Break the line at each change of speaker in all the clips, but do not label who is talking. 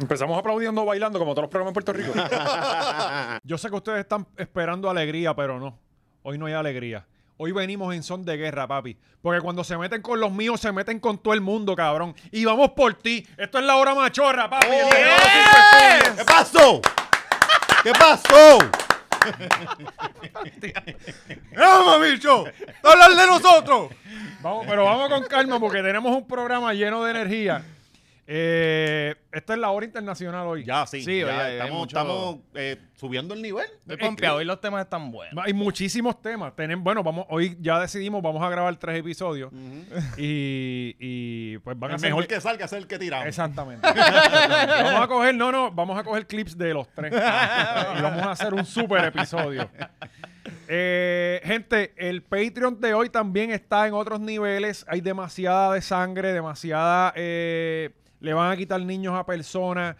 Empezamos aplaudiendo, bailando, como todos los programas en Puerto Rico. Yo sé que ustedes están esperando alegría, pero no. Hoy no hay alegría. Hoy venimos en son de guerra, papi. Porque cuando se meten con los míos, se meten con todo el mundo, cabrón. Y vamos por ti. Esto es la hora machorra, papi.
¡Oh!
El legado sin
¿Qué pasó? ¿Qué pasó?
este.
¡Vamos, bicho! ¡Hablar de nosotros!
Vamos, pero vamos con calma porque tenemos un programa lleno de energía. Eh, esta es la hora internacional hoy.
Ya, sí.
Sí,
ya
oye, hay
estamos,
mucho-
estamos, eh, subiendo el nivel. Eh,
Estoy pompeado y los temas están buenos.
Hay muchísimos temas. Tenem- bueno, vamos, hoy ya decidimos, vamos a grabar tres episodios. y, y, pues van a
El
ser.
mejor que salga es el que tiramos.
Exactamente. vamos a coger, no, no, vamos a coger clips de los tres. y vamos a hacer un super episodio. Eh, gente, el Patreon de hoy también está en otros niveles. Hay demasiada de sangre, demasiada. eh, le van a quitar niños a personas.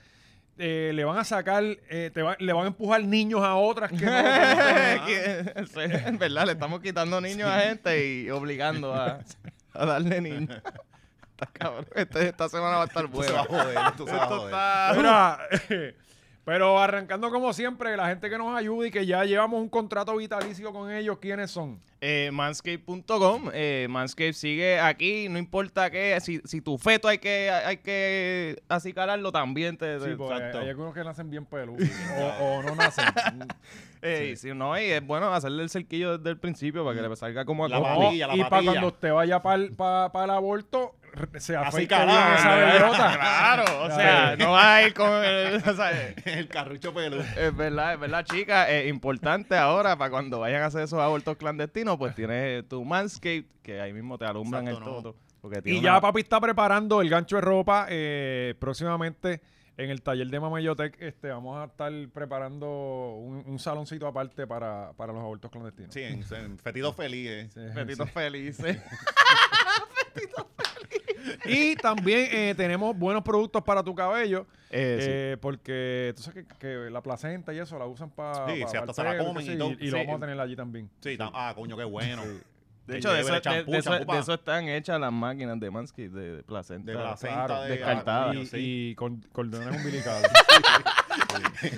eh, le van a sacar, eh, te va- le van a empujar niños a otras que no-
Que- sí, en verdad, le estamos quitando niños a gente y obligando a, a darle niños. Está cabrón. Este- esta semana va a estar
Esto se va
buena.
a joder, esto se va a
Esto
joder.
está-
Mira, pero arrancando como siempre, la gente que nos ayuda y que ya llevamos un contrato vitalicio con ellos, ¿quiénes son?
Eh, manscape.com. eh, Manscape sigue aquí, no importa qué. Si, si tu feto hay que, hay que acicalarlo, también te.
Sí,
te-
porque
exacto.
hay algunos que nacen bien peludos o, o no nacen.
Eh, y Si no, y es bueno hacerle el cerquillo desde el principio para que le salga como a
La
coco.
varilla, la
y para
papilla.
cuando usted vaya para el aborto, r- se afeita bien
calado,
esa
¿verdad?
bellota.
Claro, o sea, no va a ir con. el- o sea,
El carrucho peludo.
Es verdad, es verdad, chica. Es importante ahora para cuando vayan a hacer esos abortos clandestinos, pues tienes tu Manscaped, que ahí mismo te alumbran
Exacto,
el
no.
todo. Porque tiene
Y
una-
ya papi está preparando el gancho de ropa eh, próximamente. En el taller de Mameyotec este, vamos a estar preparando un, un saloncito aparte para, para los abortos clandestinos.
Sí, en, en fetido feliz. eh.
Sí,
Petitos felices.
Y también eh, tenemos buenos productos para tu cabello.
Eh, sí.
eh, Porque tú sabes que, que la placenta y eso la usan para.
Sí, si hasta se la comen y todo.
Y, lo
Sí.
vamos a tener allí también.
Sí, tam- ah, coño, qué bueno.
De hecho, de eso, de-
champú,
de eso-
champú, pa.
de eso están hechas las máquinas de Manscaped, de, de placenta.
De placenta,
claro,
de
descartada.
ah,
y
coño, sí.
y con cordones umbilicales.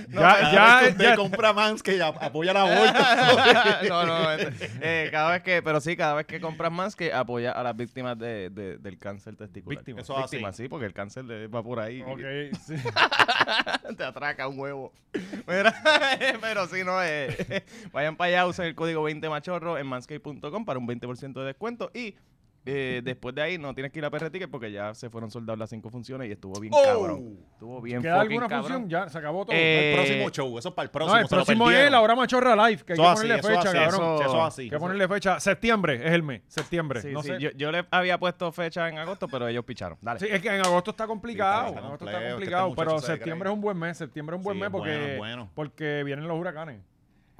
No,
ya-
cada
ya-
vez que usted
ya-
compra Mans que ya apoya la vuelta.
no, no, eh, eh, cada vez que, pero sí, cada vez que compras Manscaped, apoya a las víctimas de- de- del cáncer testicular.
Víctimas.
Eso es así.
Víctimas, Ah, sí, porque el cáncer le- va por ahí.
ok, sí.
Te atraca un huevo. Mira, pero si no es. Vayan para allá, usen el código 20machorro en manscape.com para un 20% de descuento. Y eh, después de ahí no tienes que ir a PR Ticket porque ya se fueron soldados las cinco funciones y estuvo bien
Oh.
cabrón. Estuvo bien
¿Queda
fucking
alguna
cabrón.
función? Ya, se acabó todo.
Eh,
El próximo show, eso es para el
No,
próximo.
el
se lo
próximo es
perdieron.
la hora machorra live, que hay que
Eso así,
ponerle
eso
fecha,
así,
cabrón.
eso- eso así.
Hay que ponerle fecha. Septiembre es el mes. Septiembre.
Sí,
no
sí,
sé.
Yo, yo le había puesto fecha en agosto, pero ellos picharon. Dale.
Sí, es que en agosto está complicado.
Sí, está-
en
está
agosto está
complejo, es que este
complicado.
muchacho
pero
se cree.
septiembre es un buen mes. Septiembre es un buen
Sí,
mes
es bueno,
porque,
es bueno.
porque vienen los huracanes.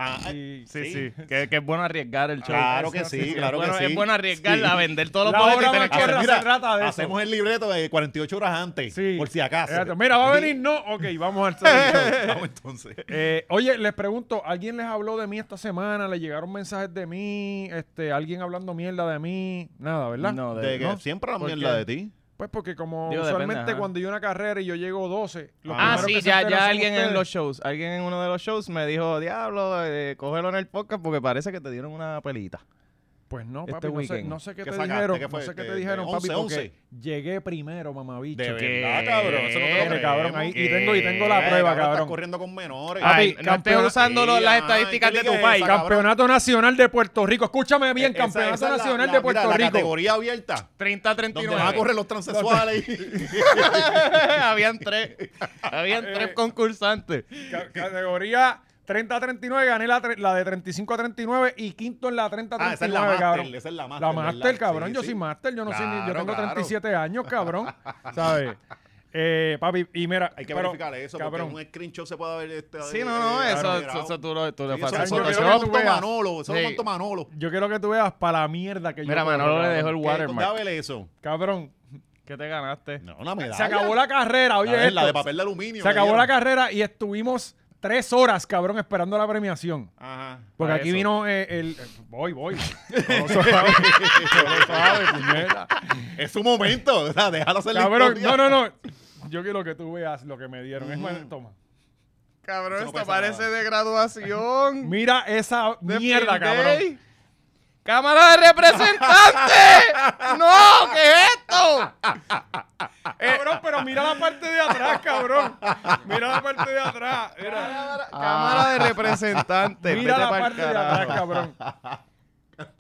Ah, ay,
Y-
Sí, sí. Que, que es bueno arriesgar el show.
Claro
Es-
que sí,
es
claro que
bueno-
sí.
Es bueno arriesgarla
Sí.
a vender todos los
La
boletos
hora
y tener que
machorra.
hacer-
se trata de eso.
hacemos el libreto de 48 horas antes,
Sí.
por si acaso.
Exacto. Mira, va a venir, no. Ok, vamos al saludo.
Vamos entonces.
Eh, oye, les pregunto, ¿alguien les habló de mí esta semana? ¿Le llegaron mensajes de mí? Este, ¿Alguien hablando mierda de mí? Nada, ¿verdad?
No, de-
De que
no.
siempre la
¿Por
mierda
qué?
de ti.
Pues porque como
Digo, depende,
usualmente
ajá.
cuando yo una carrera y yo llego 12, lo
Ah,
primero
sí,
que se
ya,
enteran
ya
son
alguien en
ustedes.
los shows, alguien en uno de los shows me dijo, diablo, eh, cógelo en el podcast porque parece que te dieron una pelita.
Pues no,
este
papi, no, sé,
weekend.
no sé qué,
¿Qué
te
sacaste?
dijeron,
¿Qué
no
fue?
sé qué
De-
te
de
dijeron, papi,
11,
porque
11.
llegué primero, mamabicho.
De
¿Qué?
verdad, cabrón. Eso no te lo
Hombre,
cabrón, ahí- y tengo- y tengo la
creemos.
prueba,
Eh,
cabrón.
Estás corriendo con menores.
Papi,
Ay, no estés
campeona-
usando lo-
Sí,
las
ay,
estadíficas
¿qué
de
liga
tu
es
país.
esa, cabrón?
Campeonato Nacional de Puerto Rico. Escúchame bien,
E-, Esa-
Campeonato
esa es la-
Nacional
la-
de
mira,
Puerto
La
Rico.
categoría abierta. Donde van a
30-39.
correr los transexuales. y-
habían tres, habían
Eh,
tres concursantes.
Ca- categoría 30-39, gané la, tre- la de 35-39 y quinto en la 30-39,
Ah, esa es la máster,
cabrón.
esa es la máster,
La
¿verdad?
máster, cabrón.
Sí,
yo
sí.
soy máster, yo no soy ni- yo
Claro,
tengo
claro.
37 años, cabrón. ¿Sabes? Eh, papi, y mira,
Hay que
pero,
verificar eso,
cabrón.
porque un screenshot se puede ver. Este,
Sí, no, no,
eh,
eso,
alterado.
eso, eso tú, lo, tú le
Sí, eso-
pasas
eso
yo
lo
creo
Photoshop.
que tú
montó
veas.
Manolo. Eso lo
Sí.
montó Manolo.
Yo quiero que tú veas para la mierda que yo.
Mira,
corro,
Manolo le
cabrón.
dejó el watermark.
¿Dónde eso?
Cabrón,
¿Qué te ganaste?
No, una medalla.
se acabó la carrera,
A
oye.
ver, la
esto.
de papel de aluminio.
Se
me
acabó
dieron.
la carrera y estuvimos tres horas, cabrón, esperando la premiación.
Ajá.
Porque
Ah,
aquí
eso.
vino eh, el. eh, Voy, voy.
Es su momento. o sea, déjalo hacer la
Cabrón,
historia.
no, no, no. Yo quiero que tú veas lo que me dieron. Es
Mm.
más, toma.
Cabrón,
Eso no
esto
pesa
parece
nada.
de graduación.
Mira esa
de
mierda,
field
cabrón.
day. ¡Cámara de Representantes! ¡No! ¿Qué es esto?
Cabrón, pero mira la parte de atrás, cabrón. Mira la parte de atrás. Mira,
Cámara, Cámara de Representantes.
Mira
Vete
la
pa'l
parte de
carajo.
atrás, cabrón.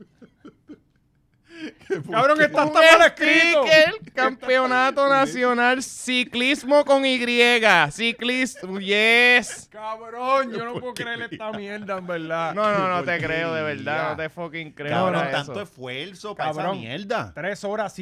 Cabrón,
Cabrón, está
Un
hasta mal escrito.
sticker, campeonato nacional, ciclismo con Y. Ciclismo, yes.
Cabrón, yo no puedo creer esta mierda, en verdad.
No, no, no te
porquería.
creo, de verdad. No te fucking creo.
cabrón,
ahora
tanto
eso.
esfuerzo para esa
Cabrón.
mierda.
Tres horas,
No,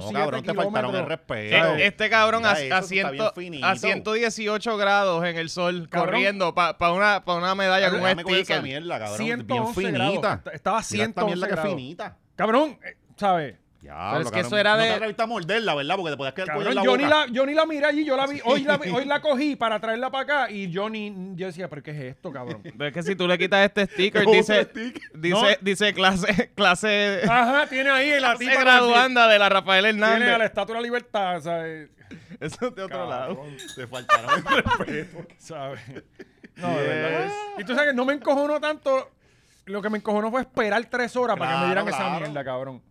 107
cabrón, te faltaron el
kilómetros.
respeto.
Eh, Este cabrón a,
Mira eso,
a
eso está
ciento-
bien finito.
a 118 grados en el sol,
Cabrón.
corriendo para una, pa una medalla con un
Dame con esa
sticker.
mierda, cabrón.
111
bien
grados.
finita.
Est- Estaba
Mira esta
111
mierda que es
grados.
finita.
Cabrón, eh, ¿sabes?
Ya,
Pero es que eso era de-
No te atreviste a morderla, ¿verdad? Porque te podías quedar el cuello
Cabrón,
en la
yo,
boca.
ni la, yo ni la miré allí, yo la vi, hoy la, vi- hoy la cogí para traerla para acá y yo ni, yo decía, pero ¿qué es esto, cabrón?
Pero es que si tú le quitas este sticker,
Otro
dice,
sticker. Ah,
dice, dice clase, clase,
Ajá, tiene ahí la
clase
tipa
graduanda de la Rafael
con- Tiene a la
Hernández.
Estatua de la Libertad, ¿sabes?
Eso es de otro lado.
Cabrón, Te faltaron el respeto.
¿Sabes? No, de verdad. que- Y tú sabes que no me encojonó tanto, lo que me encojonó fue esperar tres horas para que me
Claro,
dieran esa
claro.
mierda, cabrón.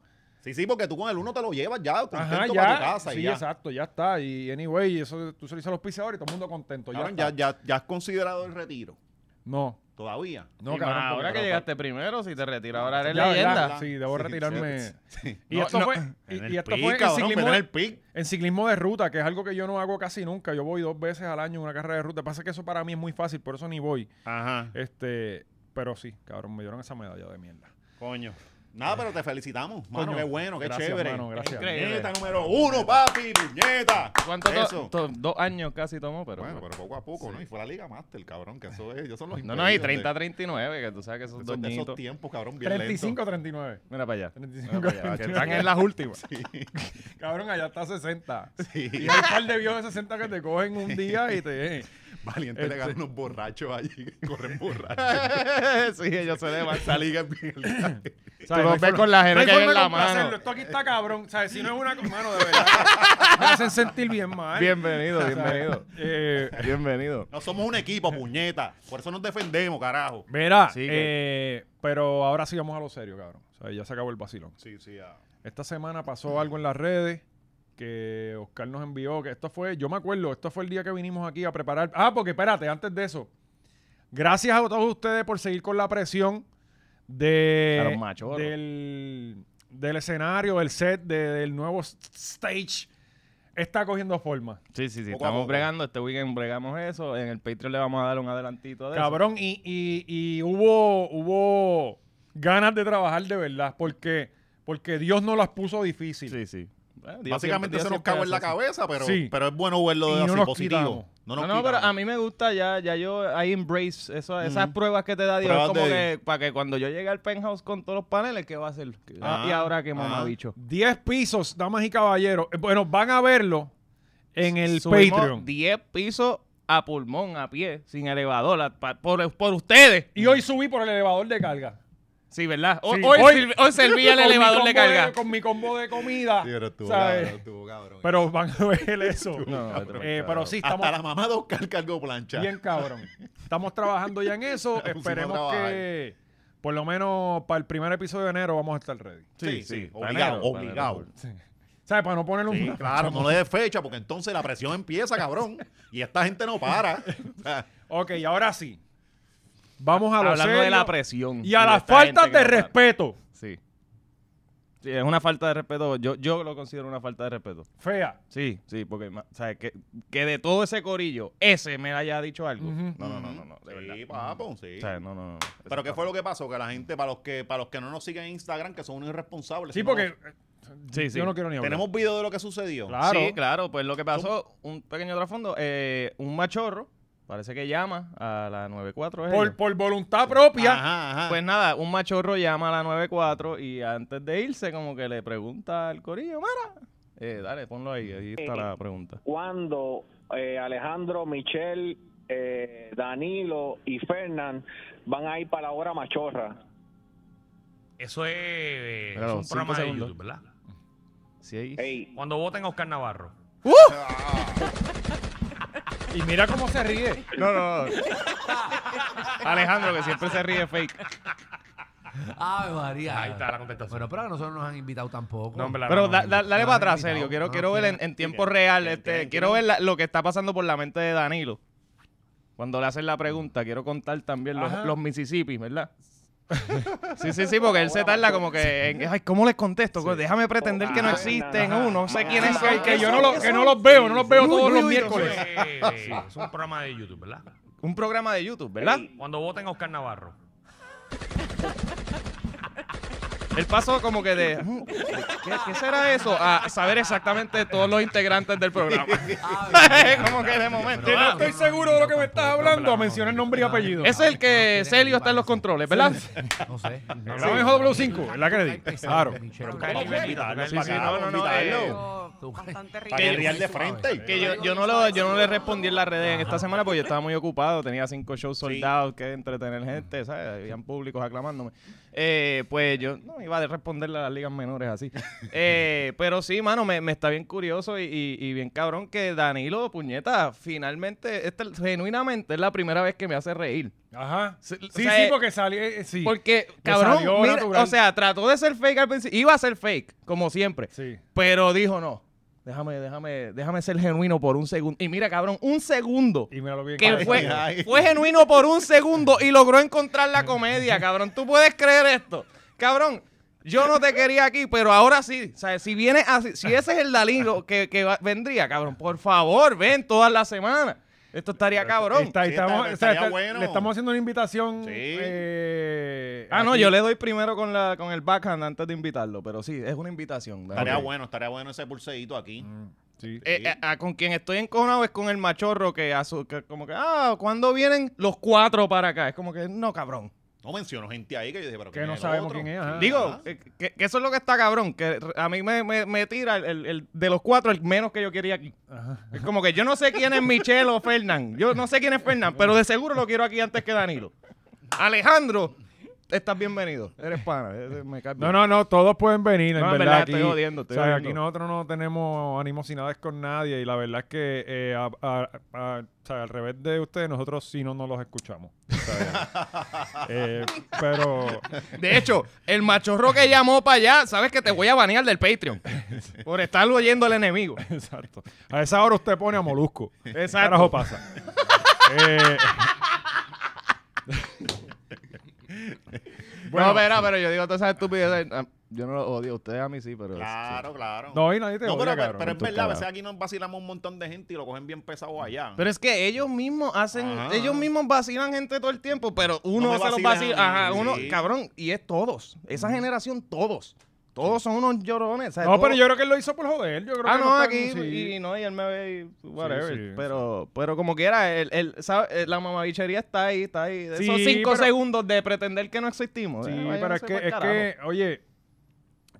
Sí, sí, porque tú con el uno te lo llevas ya, contento
Ajá,
para
ya.
tu casa
sí,
y ya.
exacto, ya está. Y anyway, eso tú se lo dices a los piseadores y todo el mundo contento. Ya,
Cabrón,
está.
ya, ya, ya has considerado el retiro.
No,
Todavía.
no,
Y
cabrón.
más ahora
porque-
que llegaste primero, si te retiras ahora eres
Ya,
leyenda.
ya, sí, debo retirarme. Y
No,
esto
no.
fue, y,
En
y
el
esto
pic,
fue en
cabrón,
ciclismo,
pero en el
de,
pic.
en ciclismo de ruta, que es algo que yo no hago casi nunca. Yo voy dos veces al año en una carrera de ruta. Pasa que eso para mí es muy fácil, por eso ni voy.
Ajá.
Este, pero sí, cabrón, me dieron esa medalla de mierda.
Coño. Nada, pero te felicitamos. Mano,
Coño.
qué bueno, qué
Gracias,
chévere.
mano, gracias.
Increíble.
Puñeta número uno, papi, puñeta.
¿Cuánto to-
Eso.
to- dos años casi tomó, pero.
Bueno, pero poco a poco, ¿no? Y fue la Liga Master, cabrón, que eso es. Yo son los
no, no, y
imperios de-
30-39, que tú sabes que esos
esos-
dos
de esos
ñitos.
tiempos, cabrón, bien
35 39.
Mira para allá.
35
Ah, pues, Que están
39.
en las últimas.
Cabrón, allá está 60.
lentos.
Y
Sí.
hay un par de viejos de 60 que te cogen un día y te.
Valiente
Este-
le ganó unos borrachos allí, corren borrachos.
sí, ellos se deban.
Esa liga es mierda.
¿sabes?
los
No hay
ves
forma-
con la
no hay
jerga
forma
en la
de complacerlo.
mano.
Esto aquí está cabrón. ¿Sabes? Si no es una. co- Mano, de verdad. Me hacen sentir bien mal.
Bienvenido,
¿sabes?
bienvenido.
Eh,
Bienvenido.
No somos un equipo, puñeta. Por eso nos defendemos, carajo.
Mira,
Sí,
eh, pero ahora sí vamos a lo serio, cabrón. O sea, ya se acabó el vacilón.
Sí, sí. ah.
Esta semana pasó algo en las redes que Oscar nos envió, que esto fue, yo me acuerdo, esto fue el día que vinimos aquí a preparar. Ah, porque espérate, antes de eso, gracias a todos ustedes por seguir con la presión
A
de
los machorros.
del, del escenario, del set, de- del nuevo s- stage. Está cogiendo forma.
Sí, sí, sí.
Poco a
estamos
poco.
bregando. Este weekend bregamos eso. En el Patreon le vamos a dar un adelantito de
Cabrón, y, y- y hubo, hubo ganas de trabajar de verdad, porque, porque Dios no las puso difícil.
eso. Sí, sí. Bueno, Dios
Básicamente
siempre-
se
Dios
nos
siempre
cagó en la
hace así.
cabeza, pero,
Sí.
pero es bueno verlo
Y
de
no
así
nos
positivo.
quitamos.
Ah, No
No,
nos
no, pero
quitamos.
a mí me gusta ya, ya yo, ahí embrace eso, esas pruebas que te da Dios,
Pruebas
como
de
que, para que cuando yo llegue al penthouse con todos los paneles, ¿qué va a hacer? ¿Qué-
Ah,
y ahora qué
ah.
mamabicho.
10 pisos, damas y caballeros. Eh, Bueno, van a verlo en el
Subimos
Patreon.
10 pisos a pulmón, a pie, sin elevador, a- pa- por, por ustedes.
Y hoy subí por el elevador de carga.
Sí, ¿verdad? Hoy,
Sí,
hoy
hoy-
sirvi- hoy servía el
Con mi
elevador
combo
de carga.
con mi combo de comida.
Sí, pero estuvo,
¿sabes?
cabrón, estuvo, cabrón.
Pero van a ver eso.
No, no, no,
Eh,
no.
pero sí,
Hasta
estamos
la mamá de Oscar cargó plancha.
bien cabrón. Estamos trabajando ya en eso.
pusimos a
Esperemos
trabajar.
que por lo menos para el primer episodio de enero vamos a estar ready.
Sí,
Sí,
sí.
sí,
Obligado,
panero,
obligado.
panero.
¿Sabes? Para no poner un...
Sí, claro, no le des fecha porque entonces la presión empieza, cabrón. Y esta gente no para. O sea,
Ok, ahora sí. Vamos a lo
Hablando de
serio
la presión.
Y a
de
las
esta gente
faltas
que
de
no para.
respeto.
Sí. Sí, es una falta de respeto. Yo, yo lo considero una falta de respeto.
Fea.
Sí, sí, porque ma- sabes que, que de todo ese corillo, ese me haya dicho algo.
Ujú.
No, no, no, no, no, de verdad.
sí, papo, sí.
O sea, no, no, no.
Pero ¿qué fue lo que pasó? Que la gente, para los que, para los que no nos siguen en Instagram, que son unos irresponsables.
Sí,
no nos-
porque... eh,
Sí, sí.
Yo no quiero ni hablar.
tenemos video de lo que sucedió.
Claro.
Sí, claro, pues lo que pasó, un pequeño trasfondo, eh, un machorro, parece que llama a la 94. ¿es
por,
ella?
por voluntad propia.
Ajá, ajá.
Pues nada, un machorro llama a la 94 y antes de irse como que le pregunta al corillo, mira, eh, dale, ponlo ahí, ahí está la pregunta.
cuando eh, Alejandro, Michelle, eh, Danilo y Fernán van a ir para la hora machorra.
Eso es, eh,
Mira,
es
los
un
cinco
programa de
segundos.
YouTube, ¿verdad?
Sí, ahí.
Ey,
Cuando voten a Oscar Navarro.
Y mira cómo se ríe.
No, no, no. Alejandro, que siempre se ríe fake.
Ay, María.
Ahí está la contestación.
Bueno, pero a nosotros no nos han invitado tampoco.
No, en verdad,
Pero
no,
da-
no.
da- dale para
no, no,
atrás,
no,
Sergio.
no,
Quiero,
no,
quiero ver en, en tiempo real, este, quiero ver la- lo que está pasando por la mente de Danilo. Cuando le hacen la pregunta, quiero contar también los,
Ajá.
los Mississippi, ¿verdad? Sí, sí, sí, porque él se tarda como que, en- ay, ¿cómo les contesto? Pues Déjame pretender que no
Ajá.
existen uno, no sé quiénes
Que,
son.
que yo no,
lo
lo- que no los veo, no los veo
Uy,
todos
uy,
los
uy,
Eso
miércoles.
es, es un programa de YouTube, ¿verdad?
Un programa de YouTube, ¿verdad?
Cuando voten a Oscar Navarro.
Él pasó como que de, "Mm, ¿qué, qué será eso? A saber exactamente todos los integrantes del programa. como que de momento.
Que no
Ah,
estoy seguro de lo que me estás hablando, a mencionar nombre y apellido.
Es el que Celio está en los controles, ¿verdad?
No sé.
La W5, es la que le di. Claro.
Michelle.
Cae el nivel, cae el
sí, sí,
nivel.
no, no, no,
eh,
Tú-
Bastante rico.
Para que rían de frente.
Que yo, yo no lo, yo no le respondí en las redes en esta semana porque yo estaba muy ocupado, tenía cinco shows soldados que entretener gente, ¿sabes? Habían públicos aclamándome. Eh, pues yo no iba a responderle a las ligas menores así. Eh, pero sí, mano, me, me está bien curioso y, y- y bien cabrón que Danilo Puñeta finalmente, esta- genuinamente es la primera vez que me hace reír.
Ajá. Sí, sí,
sea,
porque salió. eh, Sí.
Porque,
Le
cabrón,
salió
mira,
natural.
o sea, trató de ser fake al principio. Iba a ser fake, como siempre.
Sí.
Pero dijo, no, déjame, déjame, déjame ser genuino por un segundo. Y mira, cabrón, un segundo.
Y míralo bien.
Que
Ay,
fue,
ay.
fue genuino por un segundo y logró encontrar la comedia, cabrón. ¿Tú puedes creer esto? Cabrón, yo no te quería aquí, pero ahora sí. O sea, si viene así, si ese es el Dalilo que, que va- vendría, cabrón, por favor, ven todas las semanas. Esto estaría cabrón.
Está,
Sí,
estamos, o
está-
sea,
estaría
está-
bueno.
Le estamos haciendo una invitación.
Sí.
eh,
Ah, no,
aquí.
yo le doy primero con, la, con el backhand antes de invitarlo, pero sí, es una invitación. dale.
Estaría bueno, estaría bueno ese pulseíto aquí.
Sí.
Eh, eh, ah, con quien estoy encojonado es con el machorro que, a su- que como que, ah, ¿cuándo vienen los cuatro para acá? Es como que, no, cabrón.
No menciono gente ahí que yo dije, pero
Que
¿quién
no
es el
sabemos
otro?
quién es, ajá.
Digo, eh, que, que eso es lo que está cabrón, que r- a mí me, me- me tira el, el- el- de los cuatro el menos que yo quería aquí. Es como que yo no sé quién es Michelle o Fernán, yo no sé quién es Fernán, pero de seguro lo quiero aquí antes que Danilo. Alejandro, estás bienvenido, eres pana, eh, me cae bien.
No, no, no, todos pueden venir, en
No, en
verdad.
verdad,
aquí,
estoy jodiendo, estoy
o sea,
jodiendo.
aquí nosotros no tenemos animosidades con nadie y la verdad es que eh, a- a- a- o sea, al revés de ustedes, nosotros sí no nos los escuchamos. O sea, eh, pero...
De hecho, el machorro que llamó para allá, sabes que te voy a banear del Patreon por estar oyendo al enemigo.
Exacto. A esa hora usted pone a Molusco. Exacto.
Exacto.
Carajo pasa. Eh,
no, pero, pero yo digo todas esas estupideces. ah, Yo no lo odio, ustedes a mí sí, pero.
Claro, claro.
no, y nadie te
No,
odia,
pero, pero,
cabrón.
pero es
Tú
verdad, a
estás-
veces aquí nos vacilamos un montón de gente y lo cogen bien pesado
Mm.
allá.
Pero es que ellos mismos hacen,
Ajá.
ellos mismos vacilan gente todo el tiempo, pero
No
uno
me
se los
vacilan
vacila,
a mí,
ajá, uno,
sí.
cabrón, y es todos, esa generación todos, todos son unos llorones. o sea,
No, pero
todos-
yo creo que él lo hizo por joder. Yo creo
Ah,
que
no,
está-
aquí,
sí.
y no, y él me ve y whatever,
sí,
pero, pero como quiera, el, el, ¿sabe? Eh, la mamabichería está ahí, está ahí, de esos
Sí,
cinco
pero-
segundos de pretender que no existimos.
Sí,
eh, váyanse
pero es que,
pa'l
es
carajo.
que, oye,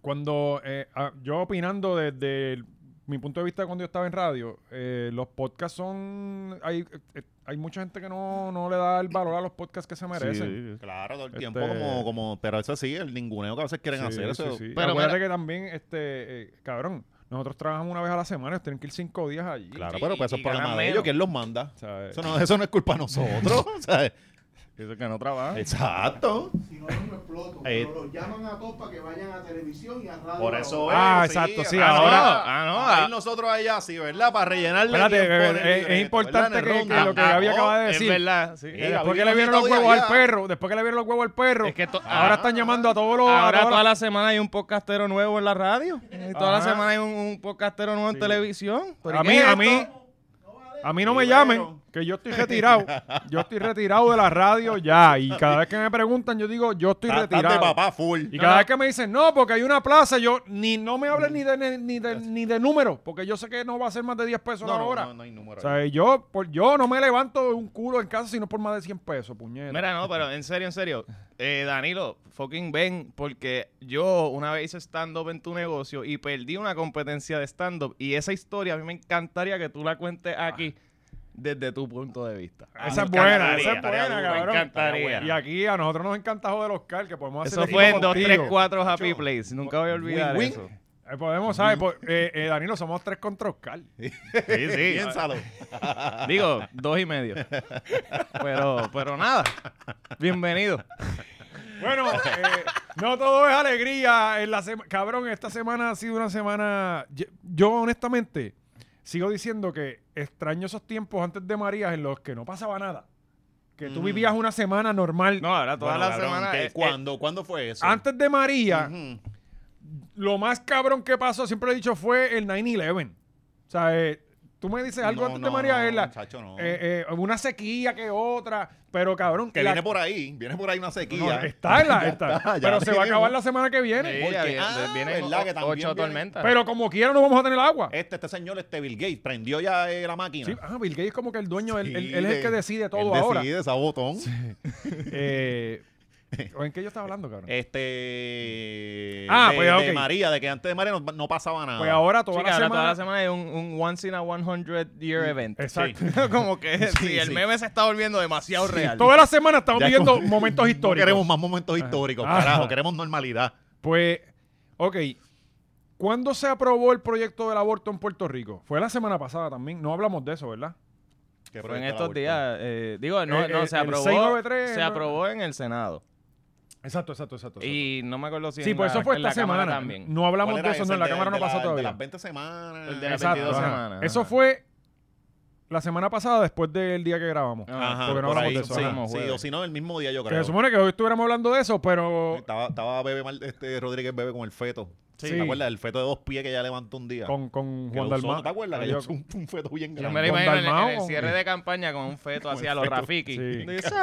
cuando eh, ah, yo opinando desde el- mi punto de vista cuando yo estaba en radio, eh, los podcasts son. Hay, eh, hay mucha gente que no, no le da el valor a los podcasts que se merecen.
Claro, todo el tiempo
Este-
como, como, pero eso sí, el ninguneo que a veces quieren
Sí,
hacer
sí,
eso.
sí.
Pero
Acuérdate
mira-
que también, este, eh, cabrón, nosotros trabajamos una vez a la semana, ellos tienen que ir cinco días allí.
Claro, pero pues eso
Y- y
es problema
ganan
de
menos.
ellos, ¿quién los manda?
¿sabes?
Eso no, eso no es culpa de nosotros, ¿sabes?
Eso que no
Ah.
trabaja.
Exacto.
Si no, no exploto.
Eh.
Pero los llaman a todos para que vayan a televisión y a radio.
Por eso es.
Ah, exacto, sí,
Ah,
ahora-
no,
ah, no,
ahí
ah.
nosotros allá, sí, ¿verdad? Para rellenarle.
Espérate,
tiempo
eh,
del
eh, es
libreto,
importante que-
¿verdad? En ah,
que
ronda.
lo que Gaby acaba de
es
decir.
verdad, sí.
Eh,
Mira,
después que
vino
le vieron los
invitado de
huevos al
allá.
perro, después que le vieron los huevos al perro,
Es que to-
ahora están llamando a todos los. a
Ahora
todas
toda
las-
la semana hay un podcastero nuevo en la radio. Y toda
Ajá.
la semana hay un, un podcastero nuevo en televisión. ¿Pero
A
qué
mí,
es
a
esto?
mí, a mí no me llamen, que yo estoy retirado. Yo estoy retirado de la radio ya. Y cada vez que me preguntan, yo digo, yo estoy
Estás- estás de
retirado.
papá full.
Y cada vez que me dicen, no, porque hay una plaza, yo ni no me hablen ni de, ni de, ni de número, porque yo sé que no va a ser más de 10 pesos
No,
la
no,
hora.
no, no hay número.
O
ahí.
sea, yo, por, yo no me levanto de un culo en casa, sino por más de 100 pesos, puñeta.
Mira, no, pero en serio, en serio. Eh, Danilo, fucking ven, porque yo una vez hice stand-up en tu negocio y perdí una competencia de stand-up. Y esa historia a mí me encantaría que tú la cuentes aquí desde tu punto de vista.
esa
Ah, Me
es buena,
encantaría,
esa es buena,
me
cabrón.
encantaría.
Y aquí a nosotros nos encanta joder Oscar, que podemos hacer
Eso
equipo
fue en 2,
contigo.
3, 4 Happy Place. Nunca voy a olvidar
Win-win.
eso.
Eh, podemos, ¿sabes? Po- eh, eh, Danilo, somos tres contra Oscar.
Sí, sí.
Piénsalo.
ah.
Digo, dos y medio. Pero, pero nada. Bienvenido.
Bueno, eh, no todo es alegría. En la sema- Cabrón, esta semana ha sido una semana. Yo, yo, honestamente sigo diciendo que extraño esos tiempos antes de María en los que no pasaba nada. Que tú vivías una semana normal.
Mm. No, ahora toda
Bueno,
la
cabrón,
semana.
¿qué-
es-
eh, ¿Cuándo, ¿Cuándo fue eso?
Antes de María,
Ujú.
lo más cabrón que pasó, siempre lo he dicho, fue el 9-11. O sea, eh, tú me dices algo
No,
antes de
no,
María,
no,
es la-
muchacho, no.
eh, eh, una sequía que otra, pero cabrón.
Que
la-
viene por ahí, viene por ahí una
no,
sequía.
está en la.
Ya
está.
está, ya
pero se va a
viene.
acabar la semana que viene.
Sí, ya
Porque-
viene-
ah,
vienen
¿verdad?
o-
Que también viene-
ocho tormentas.
Pero como quiera no vamos a tener agua.
Este, este señor, este Bill Gates, prendió ya eh, la máquina.
Sí, ah, Bill Gates es como que el dueño, él,
Sí,
él- él es el que decide
él
todo ahora.
Decide, sabotón.
Eh, ¿o ¿En qué yo estaba hablando, cabrón?
Eh, Este.
Ah,
de,
pues,
de
ok.
María, de que antes de María no, no pasaba nada.
pues ahora toda
Sí, que
la
ahora
semana.
toda la semana es un, un once in a 100 year event.
Exacto.
Como que
Sí,
sí, el
sí.
meme se está volviendo demasiado real.
Toda la semana estamos
Ya
viviendo
como-
momentos
No
históricos.
queremos más momentos históricos,
Ajá.
carajo. Queremos normalidad.
Pues, ok. ¿Cuándo se aprobó el proyecto del aborto en Puerto Rico? Fue la semana pasada también. No hablamos de eso, ¿verdad?
Fue en estos días, eh, digo, no,
Eh,
no,
eh,
se
el
aprobó,
693,
se
¿no?
aprobó en el Senado.
Exacto, exacto, exacto.
Y no me acuerdo si
sí,
en
pues
la-
eso fue
en
esta
la Cámara
semana.
también.
No hablamos de
¿Cuál era
eso,
ese?
no, en la
El de-
Cámara no
el de
pasó
la-
todavía.
El de las 20 semanas.
El de las
Exacto,
22
ajá.
semanas, ajá.
Eso fue la semana pasada, después del día que grabamos.
Ah,
Ajá,
porque no
por
hablamos
ahí,
de eso,
sí,
ajá.
sí, o si no, el mismo día, yo
Que
creo.
se supone que hoy estuviéramos hablando de eso, pero
Estaba, estaba bebé mal, este Rodríguez Bebe con el feto.
Sí.
¿Te acuerdas? El feto de dos pies que ya levantó un día.
con, con
Que
Juan
lo usó,
Dalmau.
¿Te acuerdas? Que
Yo-
ya hizo un, un feto bien
Yo
grande.
me lo imagino en, el-
Dalmau,
en el cierre
o-
de campaña con un feto así a los Rafiki.
Sí.
The circle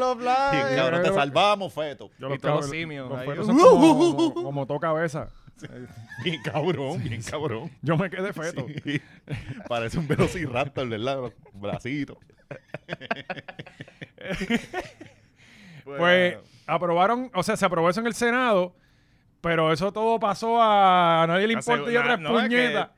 of
Sí,
life.
cabrón, te
yo-
salvamos, feto.
yo
y
los
todos
cabros-
simios,
los
ahí.
fetos son como, como, como toca cabeza.
Bien cabrón, bien cabrón.
Yo me quedé feto.
Sí. Parece un velociraptor, ¿verdad? Los bracitos.
Pues aprobaron, o sea, se aprobó eso en el Senado, pero eso todo pasó a, a nadie le importa y
Asegura-
otras
no, es que-
puñetas.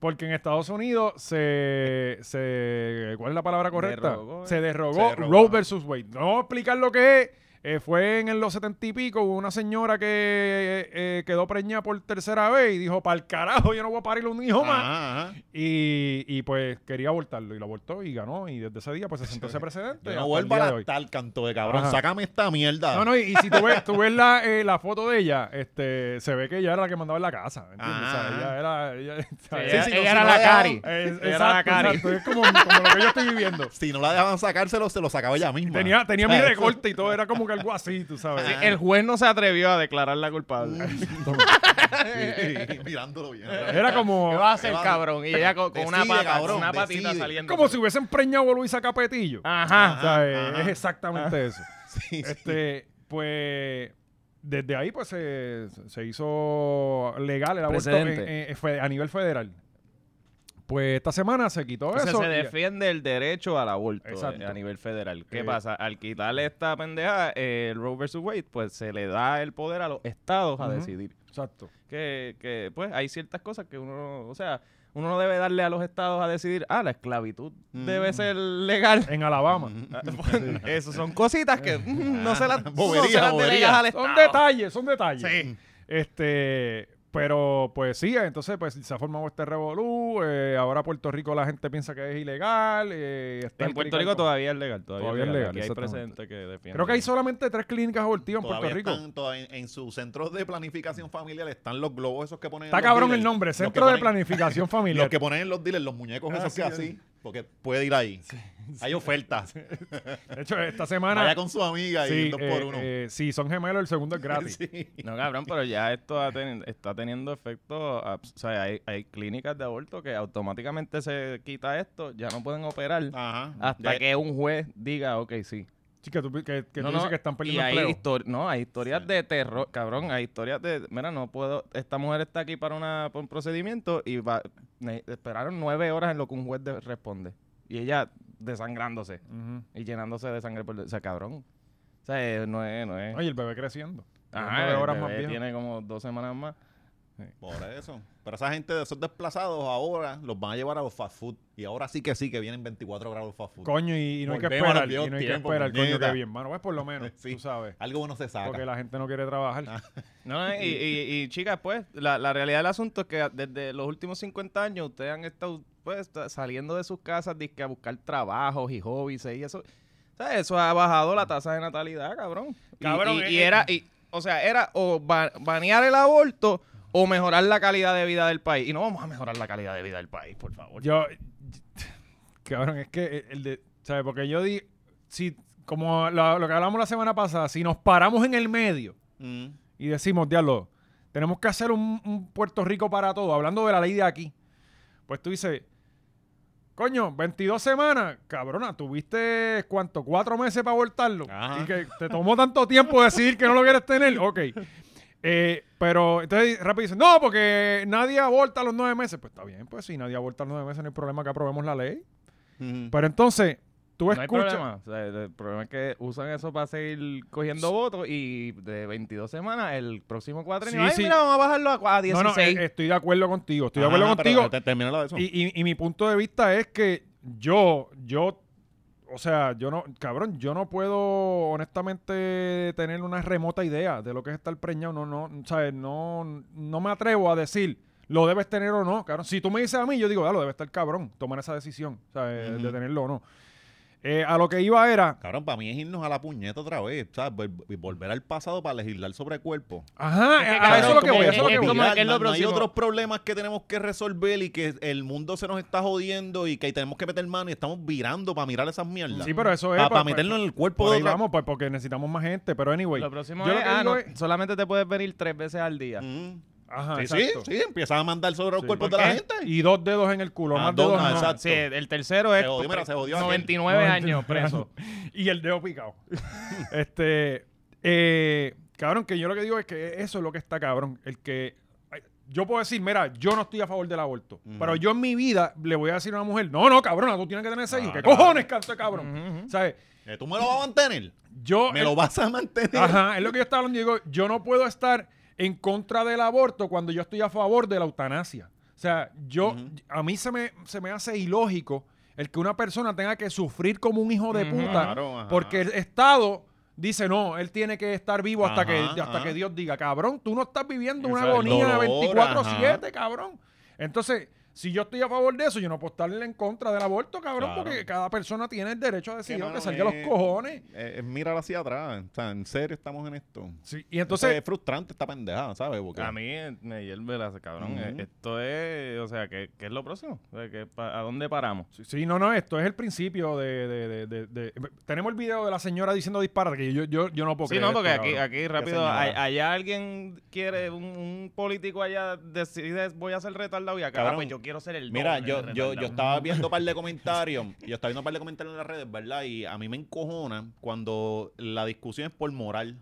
Porque en Estados Unidos se, se. ¿Cuál es la palabra correcta?
Derrogó,
se
eh.
derrogó
Se derrogó.
Roe versus Wade. No voy a explicar lo que es. Eh, fue en, en los setenta y pico, hubo una señora que eh, eh, quedó preñada por tercera vez y dijo, para el carajo, yo no voy a parir un hijo más.
Ajá, ajá.
Y, y, pues quería abortarlo y lo abortó y ganó. Y desde ese día pues se sentó ese precedente.
Yo
hasta
no
el
vuelvo a
día de hoy.
lactar, canto de cabrón.
Ajá.
Sácame esta
Ah.
mierda.
No, no, y, y si tú ves, tú ves la, eh, la foto de ella, este, se ve que ella era la que mandaba en la casa. ¿me ¿entiendes? O sea,
Ah.
ella era. Ella,
Ella,
Sí, sí, no,
ella
si
era
no
la
le daban-
Cari.
Es-
Ella era la
exacto,
Cari.
exacto, Es como, como lo que yo estoy viviendo.
Si no la dejaban sacárselo, se lo sacaba ella misma.
Tenía, tenía
O
mi
sea,
recorte y todo, era como que algo así, tú sabes.
Sí,
Ah, El juez no se atrevió a declararla culpable.
sí, mirándolo bien.
Era
¿Qué
como,
va a hacer,
va-
cabrón? Y ella con, con una
Decide,
pata, con
cabrón,
una patita
decide.
es
saliendo.
como si hubiesen preñado a Luisa Capetillo.
Ajá. Ah.
O sea, eh,
ajá.
es exactamente eso.
Sí, sí.
Este, pues, desde ahí pues se, se hizo legal el aborto en-
Precedente.
en- fue- a nivel federal. Pues esta semana se quitó
O sea,
eso.
se
y-
defiende el derecho al aborto
Exacto.
eh, a nivel federal. ¿Qué
Eh,
pasa? Al quitarle esta pendeja, eh, el Roe vs. Wade, pues se le da el poder a los estados a
Ujú.
decidir.
Exacto.
Que, que, pues, hay ciertas cosas que uno, no- o sea, uno no debe darle a los estados a decidir, ah, la esclavitud debe
Mm.
ser legal.
En Alabama.
Eso son cositas que mm, no se las,
Bobería,
no se las
bobería.
delegas al
Son
estado.
detalles, son detalles.
Sí.
Este, pero pues sí, entonces pues se ha formado este revolú. eh, ahora Puerto Rico la gente piensa que es ilegal. eh, está
En
el
Puerto
crical-
Rico todavía es legal. Todavía,
Todavía es
es legal.
legal,
Aquí hay
exactamente.
precedentes que defienden.
Creo que hay solamente tres clínicas abortivas en
Todavía
Puerto Rico.
están- todavía en sus centros de planificación familiar están los globos esos que ponen. en
Está
los
cabrón
dealers.
el nombre,
Los que
Centro de
ponen-
Planificación
Los
Familiar.
que ponen en los dealers, los muñecos
Ah,
esos
sí,
que
sí.
así, porque puede ir ahí. Hay ofertas.
De hecho, esta semana...
Vaya con su amiga y
Sí,
un dos
eh,
por uno.
eh, si son gemelos, el segundo es gratis.
Sí.
No, cabrón, pero ya esto ha teni- está teniendo efecto. abs- O sea, hay, hay clínicas de aborto que automáticamente se quita esto, ya no pueden operar
Ajá.
Ah,
hasta
Ya-
que un juez diga, ok, sí.
Sí, que tú, que, que
no,
tú
no,
dices que están
y
perdiendo
hay
empleo.
histori- No, hay historias de terror, cabrón, hay historias de. Mira, no puedo. Esta mujer está aquí para, una, para un procedimiento y va- ne- esperaron nueve horas en lo que un juez de- responde. Y ella desangrándose
Ujú.
y llenándose de sangre. Por, o sea, cabrón. O sea, eh, no es. No es
Oye, el bebé creciendo.
Ajá,
Nueve
Ah,
el
horas más
bebé
viejo.
tiene como dos semanas más.
Por eso. Pero esa gente de esos desplazados ahora los van a llevar a los fast food. Y ahora sí que sí que vienen 24 grados los fast food.
Coño, y, y no hay que
Volvemos a los
esperar.
viejos
Y no hay que
tiempos,
esperar, coño,
puñeta.
que bien, mano. Pues por lo menos,
Sí. Ah,
tú sabes.
Algo bueno se saca.
Porque la gente no quiere trabajar.
No, y, y, y, chicas, pues, la, la realidad del asunto es que desde los últimos 50 años ustedes han estado pues, ta- saliendo de sus casas dizque, a buscar trabajos y hobbies y eso. ¿Sabes? Eso ha bajado la tasa de natalidad, cabrón. Y-
Cabrón,
y,
eh,
y
eh.
era, y, o sea, era o ba- banear el aborto o mejorar la calidad de vida del país. Y no vamos a mejorar la calidad de vida del país, por favor.
Yo, cabrón, es que eh, el de, ¿sabes? Porque yo di, si, como la- lo que hablamos la semana pasada, si nos paramos en el medio
Mm.
y decimos, diablo, tenemos que hacer un, un Puerto Rico para todo, hablando de la ley de aquí, pues tú dices, coño, 22 semanas, cabrona, tuviste, ¿cuánto? ¿Cuatro meses para abortarlo?
Ajá.
Y que te tomó tanto tiempo decidir que no lo quieres tener, ok. Eh, pero entonces rápido dicen, no, porque nadie aborta a los nueve meses. Pues está bien, pues si nadie aborta a los nueve meses, no hay problema que aprobemos la ley.
Mm.
Pero entonces, tú
No hay
escuchas...
problema. O sea, el problema es que usan eso para seguir cogiendo votos y de 22 semanas, el próximo cuatrenio,
Sí,
ay,
sí.
mira, vamos a bajarlo a, a
no,
16.
no, eh, estoy de acuerdo contigo, estoy de acuerdo
Ajá, pero
contigo.
te- termina la de eso.
Y, y- y mi punto de vista es que yo, yo, o sea, yo no, cabrón, yo no puedo honestamente tener una remota idea de lo que es estar preñado. No, no, ¿sabes? No, no me atrevo a decir lo debes tener o no, cabrón. Si tú me dices a mí, yo digo, ah, lo debe estar cabrón, tomar esa decisión, ¿sabes?
Ujú.
De tenerlo o no. Eh, a lo que iba era,
Cabrón, para mí es irnos a la puñeta otra vez. ¿sabes? Vol- y volver al pasado para legislar sobre cuerpo.
ajá,
Es que,
a- a
cabrón,
Ah, eso es lo que
como-
voy, a eso es lo que
es
voy.
como-
Mirar,
que es lo
no- no hay
próximo.
otros problemas que tenemos que resolver y que el mundo se nos está jodiendo y que tenemos que meter mano y estamos virando para mirar esas mierdas.
Sí, pero eso es
Para
pa- pa-
meternos en el cuerpo
Por
de
ahí
otra-
vamos, pues porque necesitamos más gente, pero anyway.
Lo próximo
yo
es,
lo que
ah,
digo
no,
es-
solamente te puedes venir tres veces al día.
Mm.
Ajá,
Sí, sí,
exacto.
sí, empiezas a mandar sobre los
Sí.
cuerpos de
¿Por
la
qué?
gente.
Y dos dedos en el culo,
Ah,
más
dos,
dedos
ah,
no.
exacto.
Sí, el tercero es
Se jodió, mira, se jodió aquel.
99 años preso.
y el dedo picado. este, eh, cabrón, que yo lo que digo es que eso es lo que está cabrón. El que ay, yo puedo decir, mira, yo no estoy a favor del aborto,
Ujú.
pero yo en mi vida le voy a decir a una mujer, no, no, cabrona, tú tienes que tener seis.
Ah,
¿Qué
claro.
cojones, canto, cabrón? ¿Sabes?
Eh, ¿Tú me lo vas a mantener?
Yo
¿Me lo vas a mantener?
Ajá, es lo que yo estaba hablando. Yo digo, yo no puedo estar en contra del aborto cuando yo estoy a favor de la eutanasia. O sea, yo,
Ujú.
a mí se me, se me hace ilógico el que una persona tenga que sufrir como un hijo de
Ujú.
puta
Claro, ajá.
porque el Estado dice, no, él tiene que estar vivo hasta, que,
Ajá,
hasta
ajá.
que Dios diga, cabrón, tú no estás viviendo una
Exacto.
agonía
Dolor,
24-7, cabrón. Entonces, si yo estoy a favor de eso, yo no puedo estar en contra del aborto, cabrón,
Claro.
porque cada persona tiene el derecho a decidir lo
mano,
que salga a
eh,
los cojones.
Eh, eh, mirar hacia atrás. O sea, en serio estamos en esto.
Sí, y
Entonces,
entonces,
es frustrante esta pendejada, ¿sabes? Porque
A mí eh, me hierve la cabrón. eh,
Ujú.
Esto es, o sea, ¿qué, qué es lo próximo? O sea, ¿qué pa- ¿A dónde paramos?
Sí, sí, no, no, esto es el principio de... de- de- de- de- Tenemos el video de la señora diciendo disparate, que yo, yo, yo no puedo
Sí,
creer
no,
esto,
porque aquí,
cabrón.
aquí rápido,
señora.
a- allá alguien quiere, un, un político allá decide, voy a ser retardado y acá,
Cabrón,
ah, pues yo quiero ser el
Mira,
doble
yo,
de
yo, yo
retardado.
estaba viendo un par de comentarios. yo estaba viendo un par de comentarios en las redes, ¿verdad? Y a mí me encojona cuando la discusión es por moral.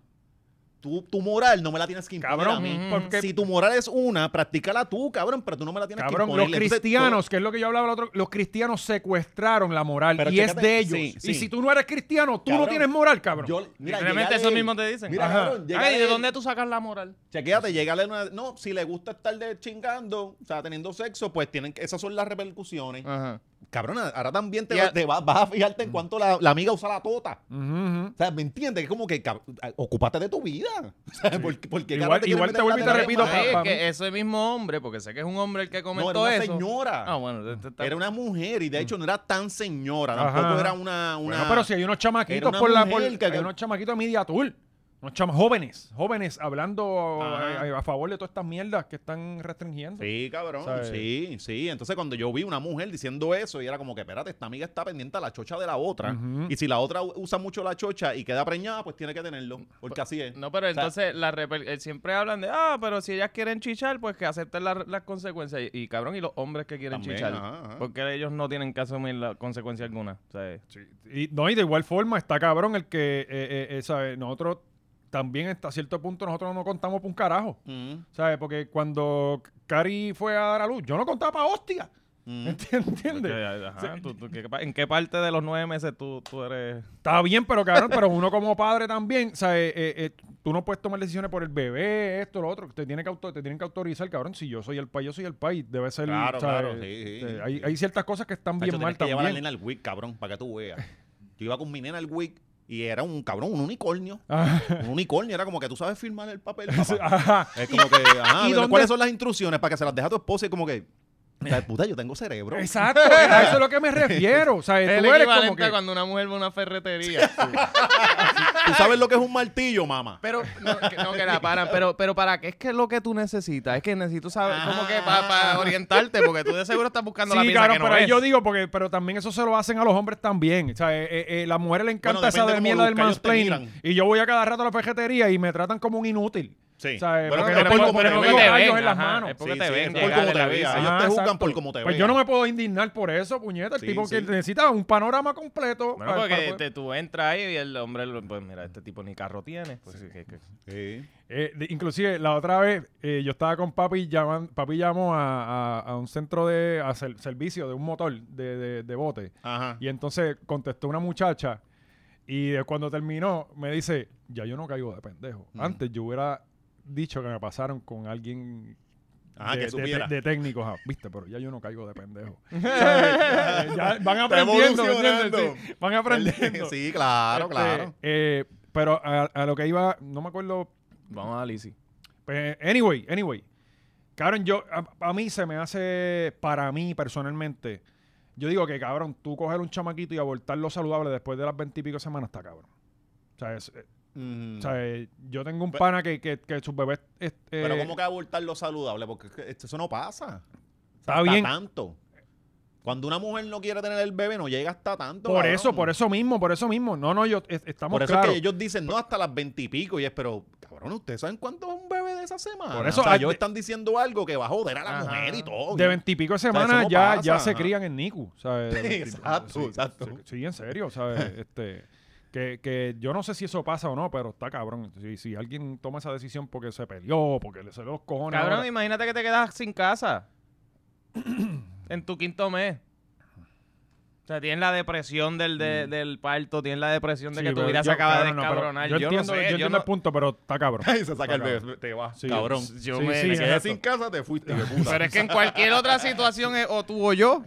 Tú, tu moral no me la tienes que imponer
Cabrón,
a mí.
porque-
Si tu moral es una, practícala tú, cabrón, pero tú no me la tienes
Cabrón,
que
los
imponer. Entonces,
cristianos, que es lo que yo hablaba el otro, los cristianos secuestraron la moral
Pero
y es
chécate,
de ellos.
sí, sí.
Y si tú no eres cristiano, tú
Cabrón,
no tienes moral,
todo-
cabrón.
yo- mira,
Realmente
llegaré-
eso mismo te dicen.
Mira,
Ajá.
cabrón,
Ay, ¿de
llegaré-
dónde tú sacas la moral?
Chequéate, llegale una. No, si le gusta estar de chingando, o sea, teniendo sexo, pues tienen que. Esas son las repercusiones.
Ah.
Ajá.
Cabrona, ahora también te,
Y
va-
a-
te va- vas a fijarte en
Mm.
cuánto la, la amiga usa la tota.
Ujú, ujú.
O sea, ¿me entiendes? Que Es como que cab- ah, ocúpate de tu vida. O sea, ¿por qué- por qué
Igual-
carajo quieres
igual te
meter la
vuelvo y te
tarea
repito,
en
pa-
la-
pa-
es
para mí-
que ese mismo hombre, porque sé que es un hombre el que
No,
comentó
era una
eso.
señora.
Ah, bueno, este está-
Era una mujer y de hecho no era tan señora.
Mm. Ajá.
Tampoco era una. una...
Bueno, pero si hay unos
era
chamaquitos
una
por la...
mujer
por-
que-
hay unos chamaquitos de media tour. Unos chama- jóvenes, jóvenes, hablando
Ajá.
eh, a, favor de todas estas mierdas que están restringiendo.
Sí, cabrón.
¿Sabes?
Sí, sí. Entonces cuando yo vi una mujer diciendo eso y era como que, espérate, esta amiga está pendiente a la chocha de la otra.
Ujú.
Y si la otra u- usa mucho la chocha y queda preñada, pues tiene que tenerlo. Porque así es.
No, pero
O sea,
entonces la reper- eh, siempre hablan de, ah, pero si ellas quieren chichar, pues que acepten la- las consecuencias. Y, y, cabrón, y los hombres que quieren
También,
chichar.
ajá, ajá.
Pues,
Porque ellos no tienen que asumir la consecuencia alguna. O sea,
Y, no, y de igual forma está cabrón el que, eh, eh, eh, ¿sabes? Nosotros también hasta cierto punto nosotros no contamos por un carajo,
Mm,
¿sabes? Porque cuando Cari fue a dar a luz, yo no contaba para hostia,
mm.
¿entiendes?
porque, ajá, tú- tú- ¿qué pa- ¿En qué parte de los nueve meses tú, tú eres...?
Está bien, pero cabrón, pero uno como padre también, ¿sabes? Eh, eh, tú no puedes tomar decisiones por el bebé, esto, lo otro. Te, tiene que auto- te tienen que autorizar, cabrón. Si yo soy el país, yo soy el país. Debe ser.
Claro,
o sea,
claro, sí, sí.
eh, Hay, hay ciertas cosas que están
Tacho,
bien
tenés
mal
que llevar a la
también.
nena al WIC, cabrón, para que tú veas. Yo iba con mi nena al WIC y era un cabrón, un unicornio.
Ah,
Un unicornio, era como que tú sabes firmar el papel. papá.
ajá.
Es como que, ajá,
¿Y
pero
dónde-
¿cuáles son las instrucciones para que se las deje a tu esposa? Y como que, "Esta puta, yo tengo cerebro.
Exacto, a eso es lo que me refiero. O sea,
Es
tú
el
eres como
equivalente
que.
a cuando una mujer va a una ferretería.
¿Tú sabes lo que es un martillo, mamá?
Pero, no, que, no, que la paran. Pero, pero ¿para qué es que es lo que tú necesitas? Es que necesito saber, como que para orientarte, porque tú de seguro estás buscando la
Sí,
pieza
claro,
que no
pero ahí
es.
yo digo, porque, pero también eso se lo hacen a los hombres también. O sea, eh, eh, eh, la mujer le encanta
Bueno,
esa
depende
de
cómo
mierda del
busca, ellos te
mansplaining.
miran.
Y yo voy a cada rato a la pejetería y me tratan como un inútil.
Sí.
O sea, eh,
Bueno,
porque
pero
no
es por
tengo-
cómo te
no
ven.
tengo
Ajá,
gallos en las manos.
es porque
Sí,
te
sí,
ven,
es por
llegar
cómo
en
te
la
veas.
visa.
Ah, Ellos te juzgan por cómo te
Pues
vean.
yo no me puedo indignar por eso, puñeta. El
Sí,
tipo que
sí.
necesita un panorama completo.
Bueno,
para-
porque
para-
te- tú entras ahí y el hombre, lo- pues mira, este tipo ni carro tiene. Pues, que- que-
Sí.
Eh, de- inclusive, la otra vez, eh, yo estaba con papi, llaman, papi llamó a, a- a un centro de a ser- servicio de un motor de, de- de bote.
Ajá.
Y entonces contestó una muchacha y de cuando terminó me dice, ya yo no caigo de pendejo.
Mm.
Antes yo hubiera dicho que me pasaron con alguien
Ajá,
de,
Ah, que
de-
supiera.
de técnicos. ah, Viste, pero ya yo no caigo de pendejo. ¿Sabes? Eh, ya van aprendiendo, ¿me entiendes? Sí, van aprendiendo.
Sí, claro,
Este,
claro.
eh, pero a, a lo que iba, no me acuerdo.
Vamos a Lizzy.
pues, anyway, anyway. Cabrón, yo, a, a mí se me hace, para mí personalmente, yo digo que cabrón, tú coger un chamaquito y abortarlo saludable después de las veintipico semanas está cabrón. O sea, es- eh,
Mm.
o sea, eh, yo tengo un
Pe-
pana que, que, que sus bebés. este,
Pero ¿cómo que abortar lo saludable? Porque es que esto- eso no pasa.
Está
Hasta
bien.
tanto. Cuando una mujer no quiere tener el bebé, no llega hasta tanto.
Por
cabrón.
eso, por eso mismo, por eso mismo. No, no, yo es- estamos
Por eso
claros.
es que ellos dicen no hasta las veintipico. Y, es, pero, cabrón, ¿ustedes saben cuánto es un bebé de esa semana?
Por eso,
o sea,
ah,
ellos
de-
están diciendo algo que va a joder a la
Ajá.
mujer y todo.
de veintipico
eso
semanas
no
ya,
pasa,
ya se
ajá.
crían en NICU. ¿sabes?
Sí,
Tipo,
exacto,
sí,
exacto.
sí, Sí, en serio, ¿sabes? este, que, que yo no sé si eso pasa o no, pero está cabrón. Si, si alguien toma esa decisión porque se peleó, porque le salió los cojones.
Cabrón,
ahora-
imagínate que te quedas sin casa en tu quinto mes. O sea, tienes la depresión del,
Mm.
de- del parto, tienes la depresión de
Sí,
que tu
pero
vida se
yo-
acaba
cabrón,
de
no, pero
escabronar.
yo,
yo, no
entiendo,
sé,
yo
yo
entiendo
no-
el punto, pero está cabrón.
Y se saca el bebé. Te vas,
Sí.
cabrón.
Yo
Sí,
me,
sí,
me
es-
quedé-
Quedé sin casa, te fuiste. hijo de puta.
Pero es que en cualquier otra situación es o tú o yo.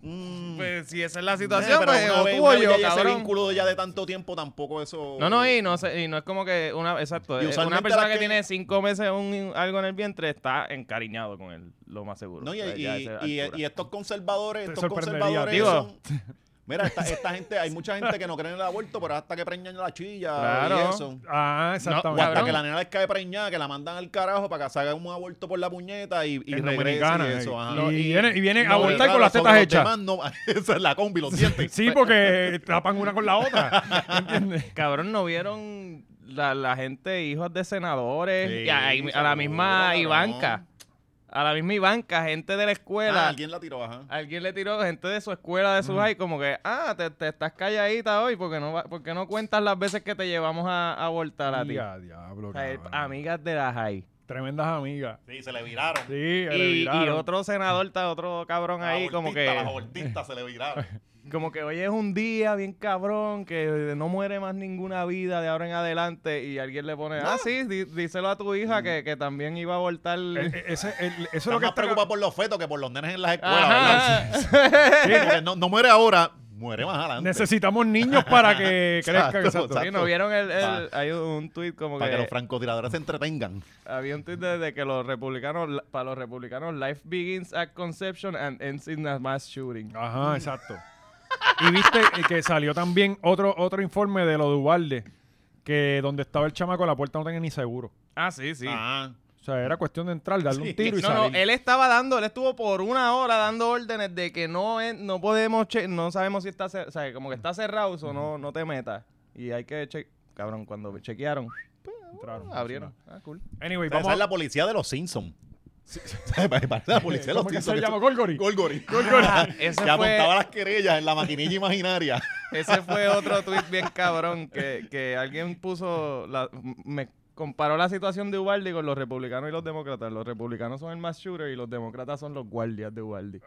Mm.
Pues si esa es la
Eh,
situación,
pero
pues
una
o
vez-
tú
una
o
vez
yo,
ya Ese
cabrón.
vínculo ya de tanto tiempo tampoco eso...
No, no, y no, se- y no es como que una, exacto,
Y
eh, una
usualmente
persona
las
que,
que-
tiene cinco meses un- algo en el vientre está encariñado con él, lo más seguro.
No, y,
O sea, ya a esa
y- y-
altura.
y estos conservadores,
Te
estos
sorprendería,
conservadores
digo.
son- Mira, esta, esta gente, hay mucha gente que no cree en el aborto, pero hasta que preñan la chilla
Claro.
y eso.
Ah,
O
exactamente.
hasta
cabrón.
que la nena les cae preñada, que la mandan al carajo para que se haga un aborto por la puñeta y, y
En
regrese
Dominicana,
y eso.
eh.
ajá.
Y viene- y viene a
No,
abortar
claro,
con las
sobre
tetas
los
hechas.
demás no- esa es la combi, los dientes.
Sí, porque tapan una con la otra. ¿Entiendes?
Cabrón, ¿no vieron la, la gente, hijos de senadores?
Sí,
Y a, y a
seguro,
la misma
cabrón.
Ivanka. A la misma Ivanka, gente de la escuela.
Ah, alguien
alguien...
la tiró, ajá.
le tiró gente de su escuela, de su
Mm.
high, como que, ah, te, te estás calladita hoy porque no, va- porque no cuentas las veces que te llevamos a, a abortar a ti.
Ya, diablo,
O sea, el-
cabrón.
amigas de la high.
Tremendas amigas.
Sí, se le viraron.
Sí, le
Y, y
viraron.
otro senador, está otro cabrón ahí,
Abortista,
como que,
Las abortistas se le viraron.
como que hoy es un día bien cabrón, que no muere más ninguna vida de ahora en adelante. Y alguien le pone, ah, sí, di- díselo a tu hija que, que también iba a abortar.
Eh, eh, ese- el- eso es
Están
lo que
más
está-
preocupados por los fetos que por los nenes en las escuelas, ¿verdad?
Ajá.
Sí, porque no, no muere ahora, muere más adelante.
Necesitamos niños para que crezcan.
Exacto,
exacto.
exacto.
Sí, ¿no vieron el, el- hay un tuit como
Para que los
que,
francotiradores se entretengan.
había un tuit de, de que los republicanos, para los republicanos, life begins at conception and ends in a mass shooting.
Ajá, exacto. Y viste eh, que salió también otro, otro informe de lo de Ubalde, que donde estaba el chamaco la puerta no tenía ni seguro.
Ah, sí, sí.
Ah,
O sea, era cuestión de entrar, darle un tiro y
No,
salir.
no, él estaba dando, él estuvo por una hora dando órdenes de que no es- no podemos, che- no sabemos si está, cer- o sea, como que está cerrado, o no, no te metas. Y hay que chequear, cabrón, cuando chequearon,
Ah, Entraron.
abrieron. Ah, cool.
Anyway,
esa
vamos
es la policía de los Simpsons. Parece la policía de los
¿Cómo que se
Simpsons.
llama Golgori?
Golgori. que
ese fue-
apuntaba las querellas en la maquinilla imaginaria.
Ese fue otro tweet bien cabrón que, que alguien puso, la, me comparó la situación de Ubaldi con los republicanos y los demócratas. Los republicanos son el más shooter y los demócratas son los guardias de Ubaldi.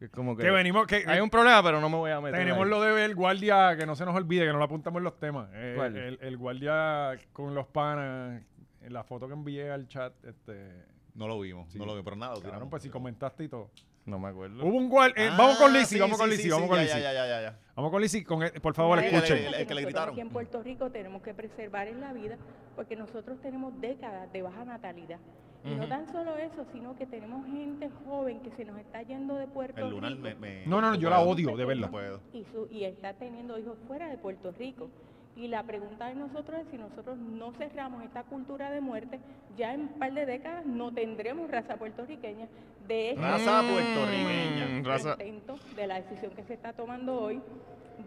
Es como que,
Que venimos, que eh,
hay un problema, pero no me voy a meter.
Ah. tenemos
ahí.
lo de el guardia, que no se nos olvide, que no lo apuntamos en los temas. Eh,
¿Cuál?
El, el guardia con los panas, en la foto que envié al chat, este...
No lo vimos, no lo vimos, pero nada. lo
Claro,
tiramos.
pues si comentaste y todo.
No me acuerdo.
Hubo un guardia...
Ah,
eh, vamos con Lizzy,
sí,
vamos
sí,
con
sí,
Lizzy,
sí,
vamos con
ya,
Lizzy.
Ya, ya, ya, ya.
Vamos con Lizzy, con- por favor,
Dale, dale,
escuchen.
dale. el- el que le
nosotros
gritaron.
Aquí en Puerto Rico tenemos que preservar en la vida porque nosotros tenemos décadas de baja natalidad. Y no
Ujú.
tan solo eso, sino que tenemos gente joven que se nos está yendo de Puerto
El lunar
Rico
me, me-
No, no, no, yo la
puedo,
odio, de
No
verdad.
puedo.
y, su- y está teniendo hijos fuera de Puerto Rico. Y la pregunta de nosotros es si nosotros no cerramos esta cultura de muerte, ya en un par de décadas no tendremos raza puertorriqueña. De hecho,
Raza pues,
Mm,
puertorriqueña.
raza-
contento de la decisión que se está tomando hoy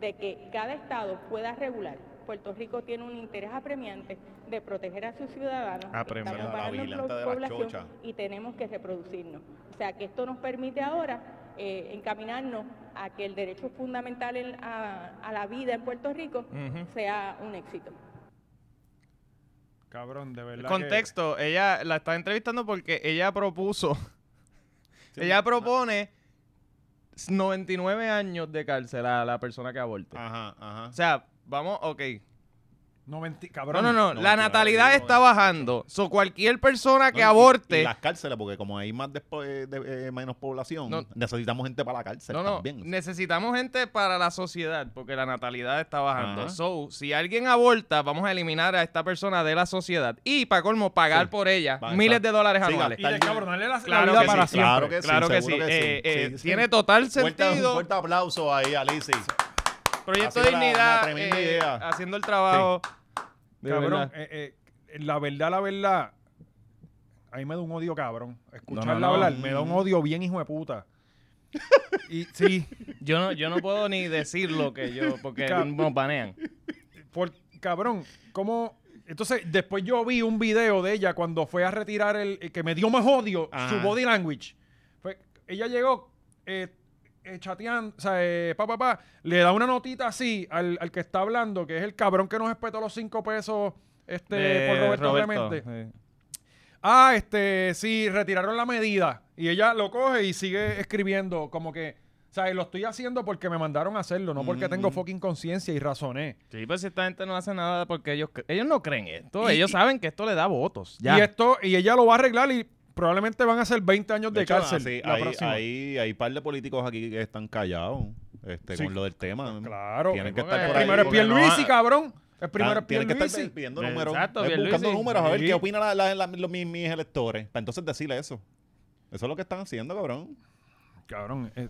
de que cada estado pueda regular. Puerto Rico tiene un interés apremiante de proteger a sus ciudadanos.
Apremiante,
Estamos
Ah, la
parando
vigilante de la
población
chocha.
y tenemos que reproducirnos. O sea, que esto nos permite ahora eh, encaminarnos a que el derecho fundamental en- a, a la vida en Puerto Rico
Ujú.
sea un éxito.
Cabrón, de verdad. que-
Contexto, ella la está entrevistando porque ella propuso,
Sí,
ella
no.
propone 99 años de cárcel a la persona que aborte.
Ajá, ajá.
O sea, vamos, ok.
90
No,
cabrón.
no, no, la
99,
natalidad está
98.
bajando. So, cualquier persona
No,
que
y-
aborte...
y las cárceles, porque como hay más despo- eh, de- eh, menos población,
No.
necesitamos gente para la cárcel
No, no,
también.
necesitamos gente para la sociedad porque la natalidad está bajando.
Ajá.
So, si alguien aborta, vamos a eliminar a esta persona de la sociedad y, para colmo, pagar
Sí.
por ella
Va,
miles
exacto.
de dólares
Sí,
anuales.
Y de cabronarle la, la
Claro
vida
que sí,
para siempre.
claro que sí,
Claro que sí.
seguro que sí.
Eh, eh,
Sí, sí.
Tiene total
Fuerte-
sentido.
Un fuerte aplauso ahí, Alice.
Proyecto
Ha
de
sido la-
Dignidad
una tremenda
eh,
idea.
haciendo el trabajo. de
Cabrón,
verdad.
eh, eh, la verdad, la verdad, a mí me da un odio, cabrón. Escucharla
no,
hablar
no.
me da un odio bien hijo de puta. Y sí,
Yo, no, yo no puedo ni decir lo que yo, porque
Cab-
nos banean.
por, cabrón, ¿cómo...? Entonces, después yo vi un video de ella cuando fue a retirar el... el que me dio más odio,
Ajá.
su body language. Fue- ella llegó eh, eh, chateando, o sea, eh, pa, pa, pa, le da una notita así al, al que está hablando, que es el cabrón que nos espetó los cinco pesos este,
De
por Roberto, Clemente. Ah, este, sí, retiraron la medida. Y ella lo coge y sigue escribiendo como que, ¿sabes? Lo estoy haciendo porque me mandaron a hacerlo, no porque tengo fucking conciencia y razoné.
Sí, pues si esta gente no hace nada porque ellos, cre- ellos no creen esto.
Y-
ellos
y-
saben que esto le da votos. Ya.
Y esto, y ella lo va a arreglar y probablemente van a ser 20 años de,
hecho,
cárcel
así,
la
hay,
próxima.
hay, hay par de políticos aquí que están callados este,
Sí.
con lo del tema.
Claro.
Tienen que
Porque
estar
El
por ahí.
primero es
porque
Pierluisi,
no ha-
cabrón. El primero
Primero
es
tienen que estar
Pierluisi.
pidiendo
Exacto,
números, eh, buscando
Pierluisi.
números a ver
Sí.
qué opinan la- la- la- los, mis, mis electores. Para entonces decirle eso. Eso es lo que están haciendo, cabrón.
Cabrón, eh,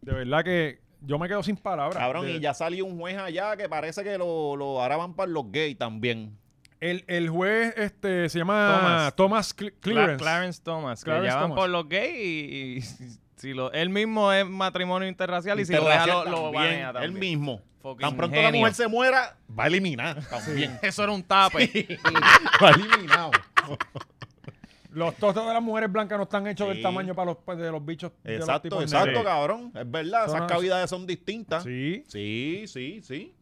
de verdad que yo me quedo sin palabras.
Cabrón,
De-
y ya salió un juez allá que parece que lo, lo ahora van para los gays también.
El, el juez este, se llama Thomas, Cl-
Cla-
Clearance.
Clarence Thomas. que
Clarence
ya van
Thomas.
por los gays y, y si lo, él mismo es matrimonio interracial y si lo deja
Interracial
lo, lo
también,
banea
Él
también.
mismo.
Fucking
Tan pronto la
genio.
mujer se muera, va a eliminar también.
Eso era un tape.
va eliminado.
Los tostos de las mujeres blancas no están hechos del
Sí.
tamaño para los, pa- de los bichos. de los
Exacto,
tipos
exacto,
negros.
cabrón. Es verdad,
Son
esas
unas-
cavidades son distintas.
Sí.
Sí, sí, sí.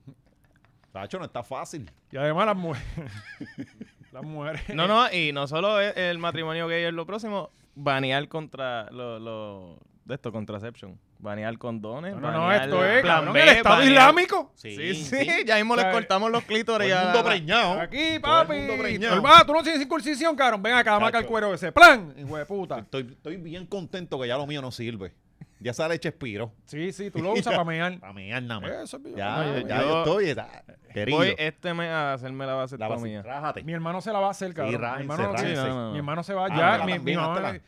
Tacho, no está fácil.
Y además las mujeres. las mujeres.
No, no, y no solo es el matrimonio gay es lo próximo, banear contra lo, lo- de esto, contraception. Banear condones.
No, no, no,
banear
esto es.
plan
cabrón,
B,
el Estado
banear-
Islámico.
Sí,
Sí, sí,
sí.
ya mismo les
Sabe,
cortamos los
Todo
clítoris.
el
a la-
mundo preñado.
Aquí,
Todo el
papi.
mundo preñado.
Hermano, tú no tienes circuncisión, cabrón. Ven acá, marca el
Chacho.
cuero ese. ¡Plan! Hijo de puta.
Estoy, estoy bien contento que ya lo mío no sirve. Ya esa leche expiró.
Sí, sí, tú lo usas para mear.
Para mear nada más.
Eso, mi-
Ya,
no,
ya,
yo-
yo,
yo-
estoy. está- querido.
Voy este mes a hacerme la
La vas-
vasectomía.
rájate.
Mi hermano se la va a hacer, cabrón. mi,
rájense,
hermano no
rájense.
tiene-
Sí, no, no, no.
mi hermano se va
Ah,
ya.
hazla
mi, mi
también,
mamá-
hazla.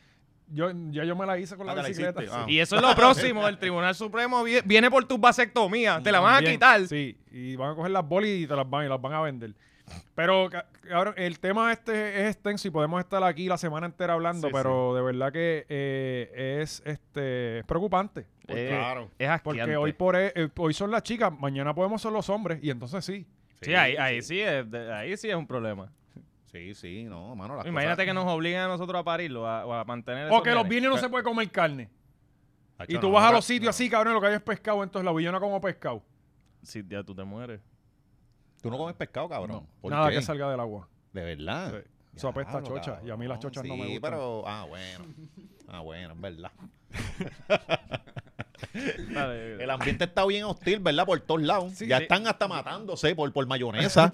yo, ya yo me la hice con la
Ah, te la
bicicleta.
hiciste. Ah.
Y eso es lo próximo, el Tribunal Supremo vie- viene por tus vasectomías, te la van a
Bien,
quitar.
Sí, y van a coger las bolis y te las van, y las van a vender. Pero, ca- cabrón, el tema este es extenso y podemos estar aquí la semana entera hablando,
Sí,
pero de verdad que eh, es este es preocupante.
Eh,
claro.
Es asqueante.
Porque hoy por e- eh, hoy son las chicas, mañana podemos ser los hombres, y entonces sí.
Sí, ahí, ahí sí es, de- ahí sí es un problema.
Sí, sí, no, mano. las
Imagínate
cosas-
que nos obligan a nosotros a parirlo a- o a mantener
O
esos
que los
nenes.
viernes no se puede comer carne.
Tacho,
Y tú
no,
vas a
no,
los sitios
no.
así, cabrón, y lo que hay es pescado, entonces la yo no como pescado.
Si ya tú te mueres.
Tú no comes pescado, cabrón. ¿Por
Nada
qué?
que salga del agua.
De verdad.
Eso apesta a
Diablo,
chocha, y a mí las
cabrón,
chochas no me
sí,
gustan.
pero. Ah, bueno. Ah, bueno, es verdad.
Dale,
El ambiente está bien hostil, ¿verdad? Por todos lados. ya
sí.
están hasta matándose por, por mayonesa.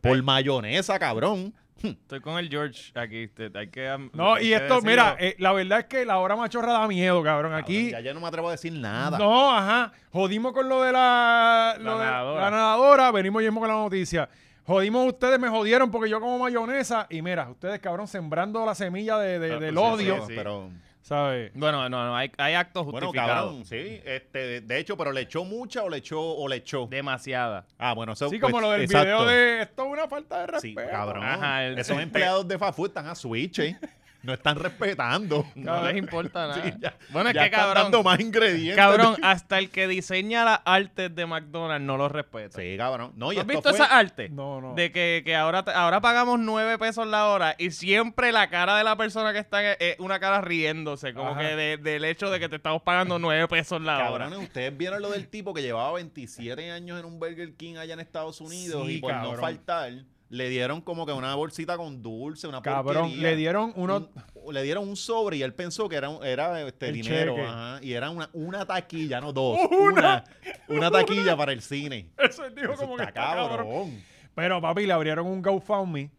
por mayonesa, cabrón.
Estoy con el George aquí. te- hay que, am-
No,
hay
y
que
esto,
decirlo.
mira, eh, la verdad es que la hora machorra da miedo, cabrón.
Cabrón,
Aquí.
Ya yo no me atrevo a decir nada.
No, ajá. Jodimos con lo de la,
La
lo de-
nadadora.
la nadadora, venimos y mismo con la noticia. Jodimos ustedes, me jodieron porque yo como mayonesa. Y mira, ustedes, cabrón, sembrando la semilla de- de-
Ah,
eh, del
pues sí,
odio,
sí, sí.
Pero.
¿sabes?
Bueno, no, no, hay, hay actos
Bueno,
justificados.
cabrón, sí. Este, de hecho, pero le echó mucha o le echó o le echó.
Demasiada.
Ah, bueno, eso
Sí,
pues,
como lo del
exacto.
video de esto es una falta de
Sí,
respeto.
cabrón.
Ajá, el-
Esos empleados de Fast Food están a switch, ¿eh? No están respetando.
No les importa nada.
Sí, ya-
bueno, es
ya
que
están dando
cabrón.
más ingredientes.
Cabrón, hasta el que diseña las artes de McDonald's no los respeta.
Sí, cabrón. No, y
¿Tú ¿Has
esto
visto
fue-
esas artes?
No, no.
De que, que ahora, te- ahora pagamos nueve pesos la hora y siempre la cara de la persona que está e, es una cara riéndose, como
Ajá.
que de- del hecho de que te estamos pagando nueve pesos la hora.
Cabrones, ustedes vieron lo del tipo que llevaba 27 años en un Burger King allá en Estados Unidos
Sí,
y por
cabrón.
no faltar, le dieron como que una bolsita con dulce, una
Cabrón,
porquería.
le dieron uno.
Un- le dieron un sobre y él pensó que era, un- era este
El
dinero.
cheque.
ajá, y era una, una taquilla, no dos.
Una.
Una, una taquilla para el cine.
Eso él dijo
Eso
como que
está
está cabrón.
cabrón.
Pero papi, le abrieron un GoFundMe.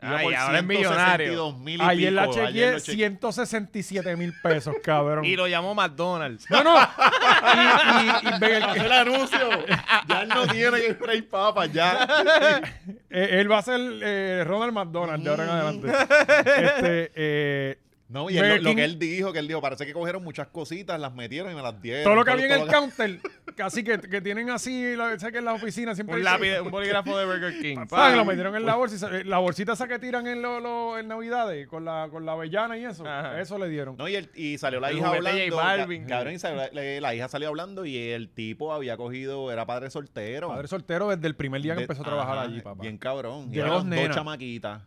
Iba
Ay,
por
ahora es millonario.
162 mil y
Ayer la
pico, ayer
chequeé
lo chequeé.
167 mil pesos, cabrón.
Y lo llamó McDonald's.
No, no. Y, y- y Burger King.
Hace el anuncio. Ya él no tiene que spray papas, ya.
Eh, él va a ser eh, Ronald McDonald de ahora en adelante. Este, eh,
No, y él
Burger
lo, lo
King-
que él dijo, que él dijo, parece que cogieron muchas cositas, las metieron y me las dieron.
todo lo que había en
todo
el
lo
counter, casi que, que tienen así, la- sé que en las oficinas siempre
Un
dicen,
lápiz, un bolígrafo de Burger King.
"Pan", lo metieron en la bolsa. y sa- eh, la bolsita esa que tiran en, lo, lo- en Navidades con la, con la avellana y eso.
Ajá.
Eso le dieron.
No, y, el- y salió la
El
hija
juguete de
hablando.
J Balvin.
ca- cabrón, y salió la, la- la hija salió hablando y el tipo había cogido, era padre soltero.
Padre soltero desde el primer día que
De-
empezó a trabajar
ajá,
allí, papá.
Bien cabrón.
De
Y eran
dos
dos,
nenas.
chamaquitas.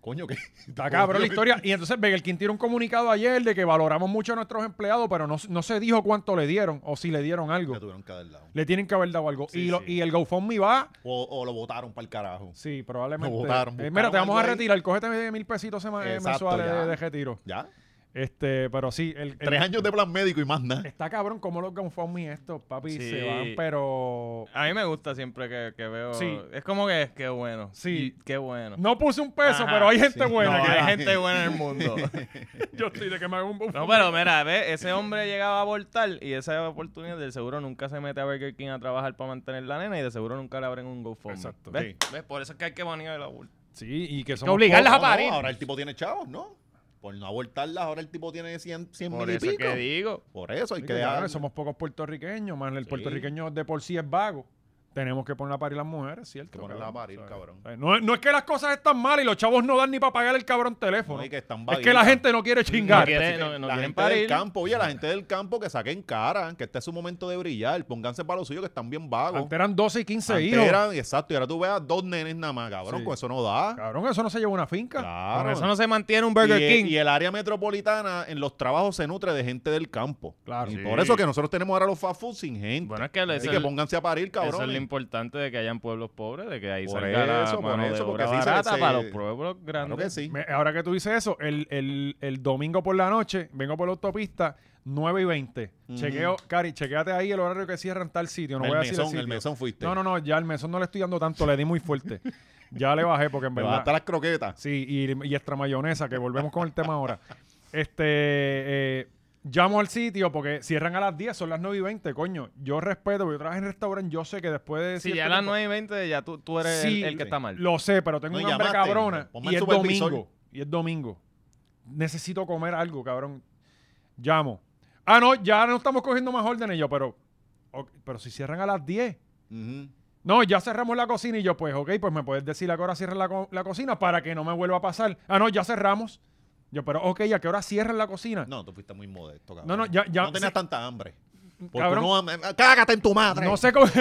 Coño, que.
Está cabrón la historia. Y entonces Burger King tiró un comunicado ayer de que valoramos mucho a nuestros empleados, pero no, no se dijo cuánto le dieron o si le dieron algo.
Le tuvieron que dar lado.
Le tienen que haber dado algo.
Sí,
y, lo-
sí.
y el GoFundMe va
O, o lo botaron para el carajo.
Sí, probablemente.
Lo votaron,
Eh, mira,
buscaron
te vamos a
algo ahí.
retirar. Cógete mil pesitos sema- eh,
Exacto,
mensuales de,
ya.
de retiro.
¿Ya?
Este, pero sí. El, el-
Tres años de plan médico y más nada.
Está cabrón como los GoFundMe estos, papi.
Sí.
Se van, pero...
A mí me gusta siempre que, que veo.
Sí.
Es como que qué bueno.
Sí.
Y Qué bueno.
No puse un peso,
Ajá,
pero hay gente
sí.
buena.
No,
que-
hay gente buena en el mundo.
Yo estoy de que me haga un bufón.
No, pero mira, ve, ese hombre llegaba a abortar y esa oportunidad del seguro nunca se mete a Burger King a trabajar para mantener la nena y de seguro nunca le abren un GoFundMe.
Exacto.
¿Ves? ¿Ves? Por eso es que hay que banear el aborto.
Sí, y que son
obligarlas a
No, no,
parir.
ahora el tipo tiene chavos, ¿no? Por no abortarlas, ahora el tipo tiene 100, 100
Por
mil y
eso es
pico.
que digo.
Por eso hay que
que
dejar.
somos pocos puertorriqueños, más el puertorriqueño de por sí es vago. Tenemos que poner a parir las mujeres, ¿cierto?
Que ponerlas a
cabrón?
parir, cabrón.
O sea, No, es- no es que las cosas están mal y los chavos no dan ni para pagar el cabrón teléfono.
No, y que están
es que la
vaguitas.
gente no quiere chingar.
No quiere- no- no
la
quieren
gente
parir.
del campo, oye, la gente del campo que saquen cara, que este es su momento de brillar, pónganse para lo suyo que están bien vagos.
Antes eran 12 y 15
Antes
hijos.
eran- exacto, y ahora tú veas dos nenes nada más, cabrón,
Sí.
con eso no da.
Cabrón, eso no se lleva a una finca.
Claro.
Por eso no se mantiene un Burger
y,
King.
y el área metropolitana en los trabajos se nutre de gente del campo.
Claro.
Y por eso que nosotros tenemos ahora los fast food sin gente.
bueno, es que eso,
Así
es,
que pónganse a parir,
eso
cabrón.
es lo importante de que hayan pueblos pobres, de que ahí
Por
salga
eso,
la
por
mano de
eso, porque
obra
sí se-
barata
se-
para los pueblos grandes.
Claro que sí.
Me- ahora que tú dices eso, el, el- el domingo por la noche vengo por la autopista 9 y 20.
Ujú.
Chequeo, Cari, chequeate ahí el horario que cierran tal sitio. No
el
voy a decir
mesón,
el,
el
sitio.
mesón fuiste.
No, no, no, ya el mesón no le estoy dando tanto, le di muy fuerte. ya le bajé porque en
Me va
verdad.
hasta las croquetas.
Sí, y, y extra mayonesa, que volvemos con el tema ahora. Este, eh, llamo al sitio porque cierran a las 10, son las 9 y 20, coño. Yo respeto, porque yo trabajo en restaurante, yo sé que después de.
Si
cierto
ya a las
tiempo-
9 y 20 ya tú, tú eres
Sí,
el, el que está mal.
Lo sé, pero tengo
No, y
una hambre
llamaste.
cabrona.
Ponme
y
al
es
supervisor.
domingo. Y es domingo. Necesito comer algo, cabrón. Llamo. Ah, no, ya no estamos cogiendo más órdenes yo, pero. ok, pero si cierran a las 10.
Ujú.
No, ya cerramos la cocina y yo, pues, ok, pues me puedes decir a qué hora cierran la, co- la cocina para que no me vuelva a pasar. Ah, no, ya cerramos. Yo, pero, ok, ¿a qué hora cierran la cocina?
No, tú fuiste muy modesto, cabrón.
No, no, ya- ya-
No tenías
sí.
tanta hambre. Porque
Cabrón.
uno am- cágate en tu madre.
No sé cómo.
Sí.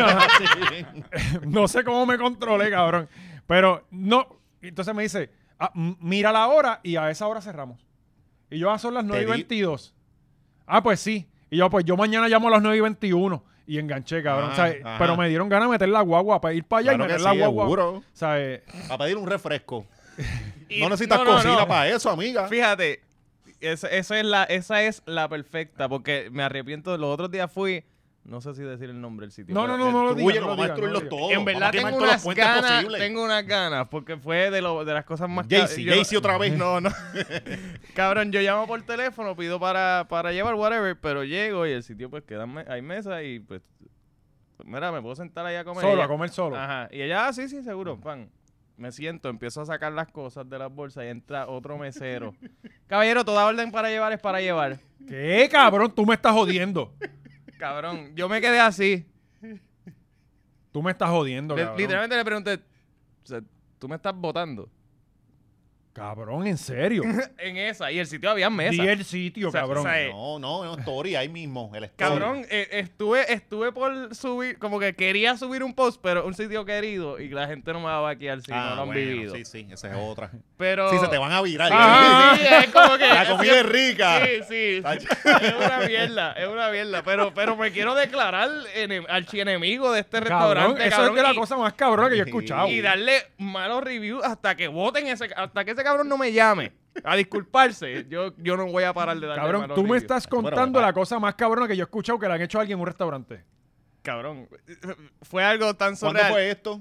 no sé cómo me controlé, cabrón. Pero no. Entonces me dice, ah, m- mira la hora y a esa hora cerramos. Y yo, ah, son las 9 y
di-
22. Ah, pues sí. Y yo, pues yo mañana llamo a las 9 y 21. Y enganché, cabrón.
Ah,
¿sabes?
ajá.
Pero me dieron ganas de meter la guagua eh, para ir para allá
Claro
y
que
meter
sí,
la guagua.
seguro.
¿sabes?
A pedir un refresco.
Y-
no necesitas
no, no,
cocina
no.
para eso, amiga.
Fíjate, esa, esa es la, esa es la perfecta, porque me arrepiento. Los otros días fui, no sé si decir el nombre del sitio.
No,
pero-
no, no, no lo
Destruye,
digas, no lo
vamos a
digas, no lo
destruirlos
digas.
todos.
En
vamos
verdad
a quemar
tengo
todos los
unas
puentes
ganas,
posibles.
tengo unas ganas, porque fue de, lo- de las cosas más
Jay-Z,
yo-
Jay-Z otra vez.
No, no. Cabrón, yo llamo por teléfono, pido para, para llevar whatever, pero llego y el sitio pues queda, me- hay mesa y pues, pues, mira, me puedo sentar ahí a comer.
Solo,
Ella-
a comer solo.
Ajá. Y ella, ah, sí, sí, seguro, pan. Me siento, empiezo a sacar las cosas de las bolsas y entra otro mesero. Caballero, toda orden para llevar es para llevar.
¿Qué, cabrón? Tú me estás jodiendo.
Cabrón, yo me quedé así.
Tú me estás jodiendo,
Le-
cabrón.
literalmente le pregunté, o sea, tú me estás votando.
Cabrón, en serio.
En esa, y el sitio había mesa.
Di el sitio,
O sea,
cabrón.
o sea, eh,
No, no, no, Story ahí mismo. El story.
Cabrón, eh, estuve, estuve por subir, como que quería subir un post, pero un sitio querido y la gente no me va a vaquear si
Ah,
no lo han
bueno,
vivido.
Sí, sí, esa es otra.
Pero.
Sí, se te van a virar.
Sí, sí, es como que.
La comida es rica.
Sí, sí.
Ay.
Es una mierda, es una mierda. Pero, pero me quiero declarar ene- archienemigo de este
Cabrón,
restaurante.
eso
cabrón,
es de la
y-
cosa más cabrona que yo he escuchado.
y darle malos reviews hasta que voten ese hasta que ese cabrón no me llame a disculparse yo, yo no voy a parar de darle
Cabrón,
malos
tú me
reviews.
estás
Bueno,
contando
va.
ah.
la cosa más cabrona que yo he escuchado que le han hecho a alguien en un restaurante.
cabrón fue algo tan
¿Cuándo
surreal
fue esto?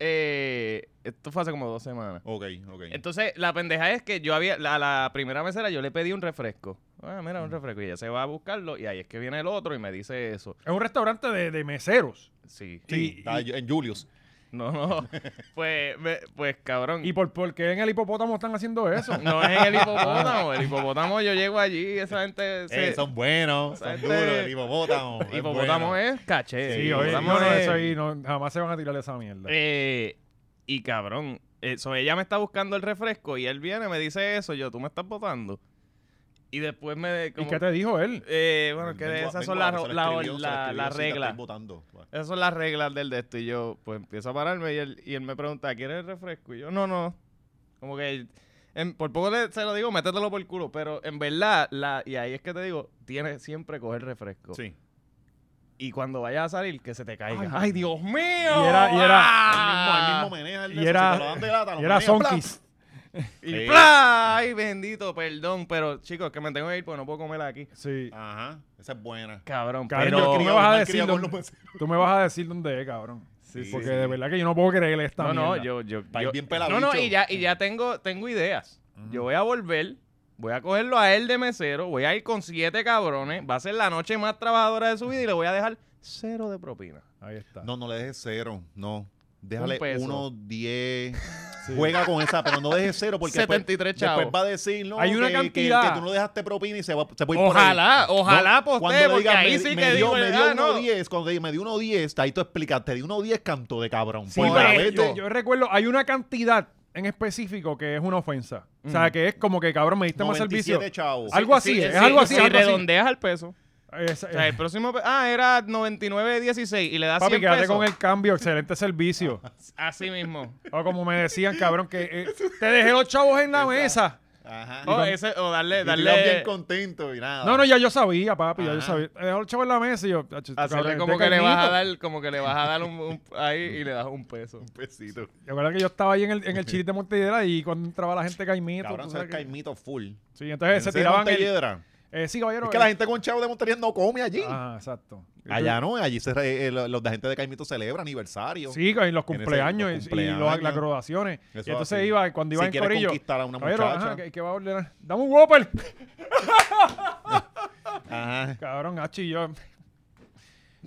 Eh, esto fue hace como dos semanas
Ok, ok.
Entonces, la pendeja es que yo había, la, la primera mesera yo le pedí un refresco. Ah, mira,
Mm.
un refresco. Y ella se va a buscarlo y ahí es que viene el otro y me dice eso.
Es un restaurante de, de meseros.
Sí.
sí,
y-
está en Julius.
No, no. Pues, me- pues cabrón.
¿Y por, por qué en el hipopótamo están haciendo eso?
No es en el hipopótamo. El hipopótamo yo llego allí y esa gente... se-
Eh, son buenos, son
Este-
duros. El hipopótamo. es
hipopótamo
bueno.
es caché.
Sí,
Sí,
oye, no,
hipopótamo
no,
es-
eso ahí no, jamás se van a tirar esa mierda.
Eh, y cabrón, eso, ella me está buscando el refresco y él viene, me dice eso, yo, tú me estás botando. Y después me...
¿Y
como-
qué te dijo él?
Eh, bueno, que
Vengo-
esas
vengo
son
a-
las
se le
la-
escribió, se le
la-
escribió,
las
sí, te estoy
reglas.
votando.
Esas son las reglas del de esto. Y yo, pues empiezo a pararme y él, y él me pregunta, ¿quieres el refresco? Y yo, no, no. Como que, en- por poco le- se lo digo, métetelo por el culo. Pero en verdad, la, y ahí es que te digo, tienes siempre coger refresco.
Sí.
Y cuando vayas a salir, que se te caiga. ¡Ay, Dios mío!
Y era- y era-
¡Ah!
Al mismo, al mismo menea el de
Y
eso,
era-
si te lo dan de lata, lo
Y era
menea, ¡plap!
Sonkis.
Y
Sí.
¡plá! ¡Ay, bendito, perdón! Pero, chicos, que me tengo que ir porque no puedo comer aquí.
Sí.
Ajá, esa es buena.
Cabrón,
Cariño,
pero...
tú me
criado,
vas a
mal
decir
criado con
dónde-
los
tú me vas a decir dónde es, cabrón.
sí,
Porque
sí.
de verdad que yo no puedo creerle esta
No, no,
mierda.
yo, yo,
Va a ir
yo-
bien
No, no,
pelabicho.
y ya, y ya tengo, tengo ideas. Yo voy a volver, voy a cogerlo a él de mesero, voy a ir con siete cabrones, va a ser la noche más trabajadora de su vida y le voy a dejar cero de propina.
Ahí está.
No, no le dejes cero, no. Déjale
peso.
uno, diez. Juega con esa, pero no dejes cero porque
73
después,
chavos.
después va a decir, no,
Hay una
que, que-
cantidad.
que tú no dejaste propina y se, va, se puede ir por ahí.
Ojalá, ojalá
No, cuando
postee,
le
porque
digas,
ahí
me,
sí
me
que
dio,
digo,
me dio
"Ah,
uno
no".
10, cuando me dio uno 10, ahí tú explicas, te di uno 10 canto de cabrón.
Sí,
por
pero
haber-
yo, yo recuerdo, hay una cantidad en específico que es una ofensa. O sea,
Ujú.
que es como que, cabrón, me diste más servicio.
97 chavos.
Algo así,
Sí,
es
sí,
algo así.
Si
es algo así.
redondeas al peso.
Es-
O sea, el próximo... pe- Ah, era 99.16 y le das
papi,
100
quédate
pesos.
con el cambio, excelente servicio.
Ah,
Así mismo.
O como me decían, cabrón, que eh, te dejé los chavos en la mesa.
Ajá.
O, ese, o darle...
Y Leon bien
darle
contento y nada.
No, no, ya yo sabía, papi, ya yo
Ajá.
sabía. Te dejé los chavos en la mesa y yo... "Tacho, este cabrón
Hacerle
es
como
de
que le vas a
carnito".
dar, como que le vas a dar un, un- ahí y le das un peso.
Un pesito.
La verdad que yo estaba ahí en el, en el Chile de Montellera y cuando entraba la gente caimito.
Cabrón,
tú
se
sabes que-
caimito full.
Sí, entonces se
Ese de
tiraban el...
Montelledra.
Eh, sí, caballero.
Es que la
eh,
gente con chavos de Montería no come allí.
Ah, exacto.
Allá no, allí se re- eh, lo- los de gente de Caimito celebran aniversario.
Sí, en los
En ese-
cumpleaños,
los
y- y los-
cumpleaños.
las graduaciones. Y
Eso
entonces
así.
iba, cuando iba
Si
en
quieres
Corillo.
conquistar a una
"Caballero,
muchacha".
ajá, ¿qué, qué va a ordenar? ¡Dame un Whopper!
Ajá.
Cabrón, hachi, y yo.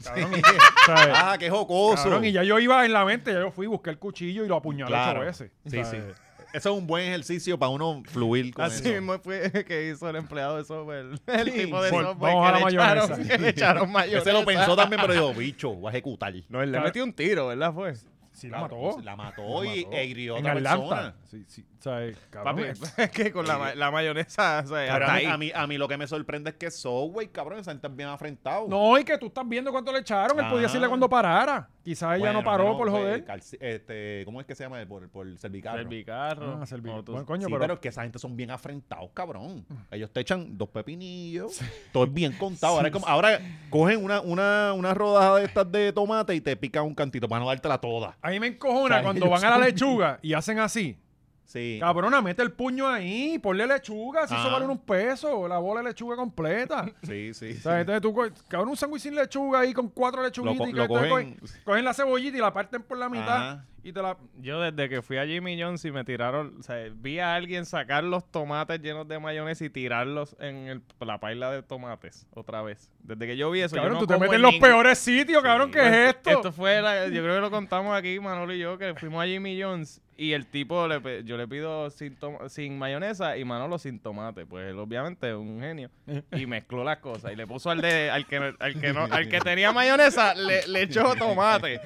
Cabrón, ¿sabes?
Ah, qué jocoso.
Cabrón, y ya yo iba en la mente, ya yo fui, busqué el cuchillo y lo apuñalé
Claro.
ocho veces.
Sí, sí.
¿sabes?
Eso es un buen ejercicio para uno fluir con
Así
eso.
mismo fue que hizo el empleado de software. El tipo de
Por-
software
vamos a
que,
la
le
mayonesa.
echaron, que le echaron mayonesa.
Ese lo pensó también, pero dijo, bicho, voy a ejecutar.
No, él le
Claro.
metió un tiro, ¿verdad? Fue.
Sí, la
Claro,
mató.
La mató y
mató.
e hirió a
en
otra
Atlanta.
persona. pues,
Sí, sí. ¿sabes? Cabrón,
Papi,
es-
es que con la, ma- la mayonesa, o sea,
Pero
hasta
a, mí,
ahí.
a, mí, a mí lo que me sorprende es que Subway, cabrón, esa gente es bien afrentado.
No, y que tú estás viendo cuánto le echaron. Él podía
Ah.
decirle cuando parara. Quizás ella
Bueno,
no paró
menos,
por
eh,
joder.
calci- este, ¿Cómo es que se llama? Por, por cervical. ¿no?
Servicarro.
Ah, serví-
Como tú-
Bueno, coño,
sí, pero,
pero, Mm.
es que esa gente son bien afrentados, cabrón. Ellos te echan dos pepinillos, todo es bien contado. Ahora, es como, ahora cogen una, una, una rodada de estas de tomate y te pican un cantito para no dártela toda.
a mí me encojona
Ay,
cuando
ellos
van a la lechuga y hacen así.
Sí.
Cabrona, mete el puño ahí, ponle lechuga, si eso
Ah.
vale un peso, la bola de lechuga completa.
Sí, sí.
O sea, entonces tú, co- cabrón, un sándwich sin lechuga ahí con cuatro lechuguitas
co-
y
lo
entonces
cogen- Ah.
cogen, cogen la cebollita y la parten por la mitad
Ajá.
y te la...
Yo desde que fui a Jimmy John's y me tiraron, o sea, vi a alguien sacar los tomates llenos de mayonesa y tirarlos en el- la paila de tomates otra vez. Desde que yo vi eso,
cabrón,
yo no
tú te
como
metes en
en
los
ningún-
peores sitios, cabrón, ¿qué es esto?
pues, Esto fue, la- yo creo que lo contamos aquí, Manolo y yo, que fuimos a Jimmy John's y el tipo, le, pe- yo le pido sin, tom- sin mayonesa y Manolo sin tomate. Pues él obviamente es un genio. Y mezcló las cosas y le puso al, de, al, que, al, que, no, al que tenía mayonesa, le, le echó tomate.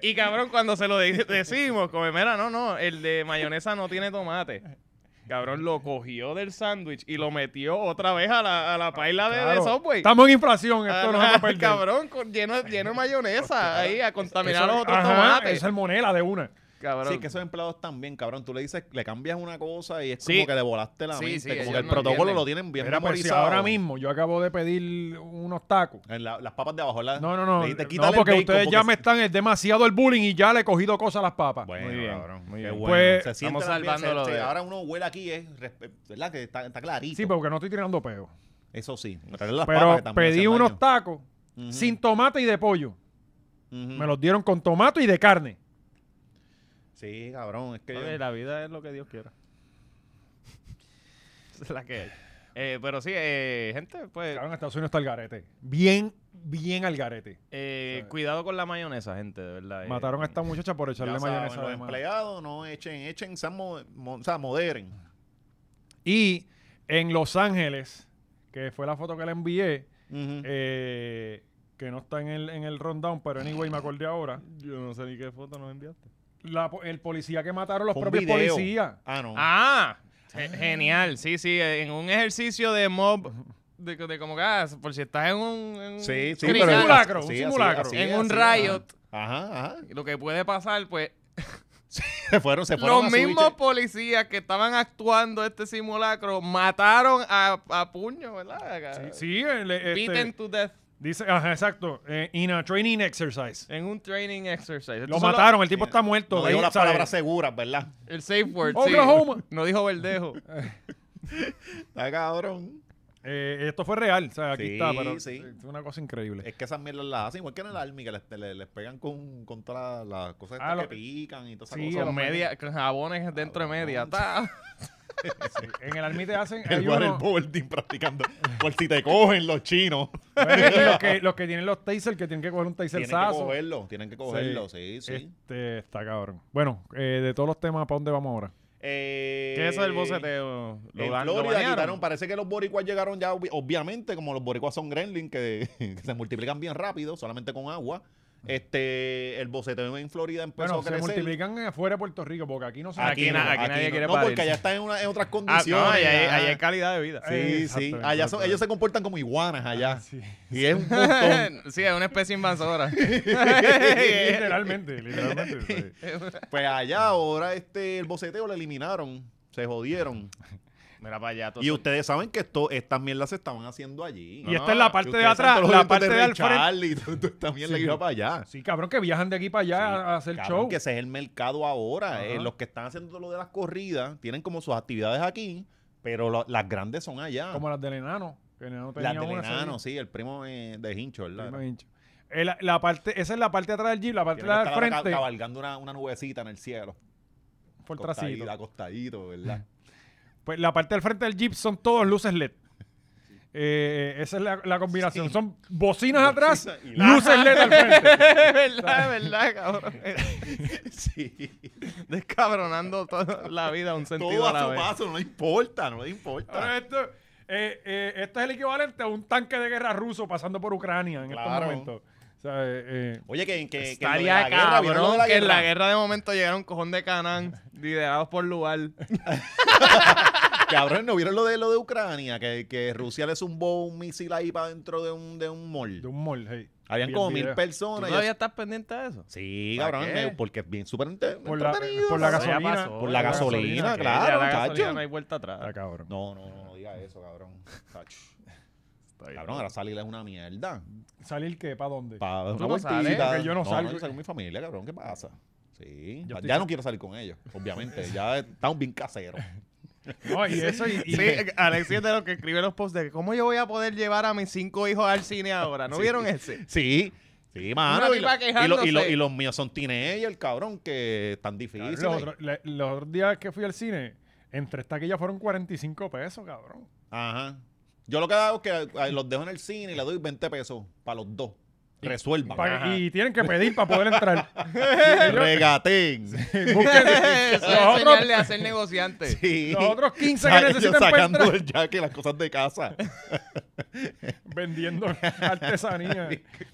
Y cabrón, cuando se lo de- decimos, como, mira, no, no, el de mayonesa no tiene tomate. Cabrón, lo cogió del sándwich y lo metió otra vez a la, a la paila de, de
Claro,
pues?
Subway.
Estamos en inflación, esto no se
Ajá,
va a perder.
cabrón, con- lleno, lleno de mayonesa ahí a contaminar los otros
ajá,
tomates.
Es salmonela de una.
Cabrón.
Sí, que esos empleados también, cabrón. Tú le dices, le cambias una cosa y es
Sí.
como que le volaste la
Sí,
mente.
sí,
como
ellos
que el
no
protocolo
entienden.
lo tienen bien
Mira, pero si
memorizado.
ahora mismo yo acabo de pedir unos tacos.
En la- las papas de abajo, la,
No, no, no.
le dijiste,
No,
"Quítale el
porque
bacon",
ustedes ya
porque
me
se-
están es demasiado el bullying y ya le he cogido cosas a las papas.
Bueno,
Muy bien,
cabrón.
muy
qué
bien.
bueno.
Pues-
se siente
Estamos
también, se-
salvándolo
se-
de-
Ahora uno huele aquí, es, resp- ¿verdad? Que está, está clarito.
Sí, porque no estoy tirando peo.
Eso sí. traerle las papas que
Pero
Ah, también
pedí
hacen
unos
daño.
tacos
Ujú,
sin tomate y de pollo.
ujú. Eh.
Me los dieron con tomate y de carne.
Sí, cabrón. Es que
Oye, la vida es lo que Dios quiera. Esa es la que hay. Eh, pero sí, eh, gente, pues
Claro, en Estados Unidos está el garete. Bien, bien al garete.
eh, cuidado con la mayonesa, gente, de verdad. eh.
Mataron a esta muchacha por
ya
echarle
saben,
mayonesa
los
de más.
empleados no echen, echen, sean mo- mo- o sea, moderen.
Y en Los Ángeles, que fue la foto que le envié,
Ujú.
eh, que no está en el, en el rundown, pero anyway me acordé ahora.
Yo no sé ni qué foto nos enviaste.
La po- el policía que mataron los
Fue un
propios
video.
policías.
Ah, no.
Ah, ge- genial, sí, sí, eh, en un ejercicio de mob, de, de como que, ah, por si estás en un... en un
Sí, sí,
criminal,
simulacro,
pero-
un
así, así,
simulacro.
así,
En
así,
un
ajá.
riot.
Ajá, ajá.
Lo que puede pasar, pues,
Se fueron, se fueron.
Los
a su
mismos
biche-
policías que estaban actuando este simulacro mataron a, a puño,
Sí,
¿verdad?
sí, el- este,
Beaten to death
dice, ajá, exacto, eh, in a training exercise.
en un training exercise.
Lo
Estos son los-
mataron, el tipo está muerto.
No
ahí,
digo las
¿sabes?
palabras seguras, ¿verdad?
El safe word, sí.
Oklahoma.
No dijo verdejo.
Está cabrón.
Eh, esto fue real, o sea, aquí
Sí,
está, pero
sí.
es una cosa increíble.
Es que esas mierdas las hacen igual que en el army, que les, le- les pegan con, con todas las las cosas
Ah,
estas
lo-
que pican y todas esas
Sí,
cosas.
a
Con media, con jabones dentro de media. Ta.
Sí, En el army te hacen... hay
El
uno-
waterboarding practicando. Por si te cogen los chinos.
Bueno, eh, y los, que, los que tienen los taser, que tienen que coger un taser
Tienen que cogerlo, tienen que cogerlo, sí, sí.
Este está cabrón. Bueno, eh, de todos los temas, ¿para dónde vamos ahora?
Eh,
¿Qué es eso del boceteo?
En
dan-
Florida
banearon? Ah,
quitaron, parece que los boricuas llegaron ya, obvi- obviamente, como los boricuas son gremlin, que, que se multiplican bien rápido, solamente con agua. Este, el boceteo en Florida empezó
Bueno,
a
se
crecer.
multiplican afuera de Puerto Rico, porque aquí no se
Aquí
multiplican.
na- aquí nadie quiere
No, porque
parirse.
allá están en, una- en otras
Ah,
condiciones.
no, ahí hay, ahí hay
ajá.
calidad de vida. Eh.
Sí, sí.
Exacto,
Allá
exacto. Ah,
son- ellos se comportan como iguanas allá.
Sí.
Y es un montón.
sí, es una especie invasora.
literalmente, literalmente. sí.
pues allá ahora este el boceteo lo eliminaron. Se jodieron.
Mira para allá. todos
Y
son-
ustedes saben que esto, estas mierdas se estaban haciendo allí. Ah,
Y esta es la parte
Ustedes
de
saben
atrás,
todos los
la
eventos
parte de al
Ray
frente.
Charlie, todo- todo esta mierda
Sí.
que iba para allá.
Sí, cabrón, que viajan de aquí para allá a- a hacer
Cabrón,
show.
que ese es el mercado ahora. eh,
Ajá.
los que están haciendo lo de las corridas tienen como sus actividades aquí, pero lo- las grandes son allá.
Como las del enano. Que el enano
las
tenía
del
una, esa
enano,
ahí.
sí, el primo eh, de Hincho, ¿verdad?
Prima hincha. Eh, la, la parte, esa es la parte de atrás del jeep, la parte
Tiene
de
que
atrás
estar
del
ahora ca-
frente,
cabalgando una, una nubecita en el cielo.
por trasito.
Acostadito, acostadito, ¿verdad?
Pues la parte del frente del jeep son todos luces LED. Eh, esa es la, la combinación. Son bocinas atrás,
Bocinas y
luces LED al frente.
Es verdad, es verdad, cabrón.
sí.
Descabronando toda la vida a un sentido
Todo
a la
a su
vez.
paso, no le importa, no le
Ahora
importa.
esto, eh, eh, esto es el equivalente a un tanque de guerra ruso pasando por Ucrania en
Claro.
este momento. O sea, eh, eh,
Oye, que, que, que lo de
Estaría
la guerra, ¿vieron lo
cabrón
de la
que en la
guerra?
guerra de momento llegaron cojón de Canaán, liderados por Lugar.
Cabrón, ¿no vieron lo de lo de Ucrania? Que, que Rusia le zumbó un misil ahí para dentro de un, de un mall.
de un mall. hey.
Habían
Vi
como
el
mil
video.
¿Tú
personas. y
todavía estás pendiente de eso?
Sí,
¿Para
cabrón,
qué?
eh, porque es bien súper entretenido.
Por la, por la
Ya
gasolina.
pasó,
Por la
ya pasó.
gasolina,
Ya
claro,
la gasolina
cacho.
no hay vuelta
Ah,
atrás.
cabrón.
No, no, no, no diga eso, cabrón. Tacho. Cabrón, ahora salir es una mierda.
¿Salir qué? ¿Para dónde?
Pa' una
no
vueltita.
sales?
Porque yo no salgo.
yo salgo con mi familia, cabrón, ¿qué pasa? Sí.
Yo
Ya
estoy-
no quiero salir con ellos, obviamente. ya estamos bien caseros.
No, y eso y, y-
Sí, eh, Alexis es de los que escribe los posts de cómo yo voy a poder llevar a mis cinco hijos al cine ahora. ¿No vieron ese?
Sí. Sí, mano.
Una
Y, lo-
tipa
y lo- y lo-
quejándose.
y los míos son teenagers, cabrón, que están difíciles.
los, otros, le- los otros días que fui al cine, entre esta que ya fueron 45 pesos, cabrón.
Ajá. Yo lo que hago es que eh, los dejo en el cine y le doy 20 pesos para los dos. Resuelvan.
Pa- y tienen que pedir para poder entrar. Y ellos-
Regaten.
Busquen-
Eso es
los, otros,
enseñarle a ser negociante.
Sí.
los otros 15 que
Sa- ellos
necesitan para
sacando
entrar,
el jaque y las cosas de casa.
vendiendo artesanía.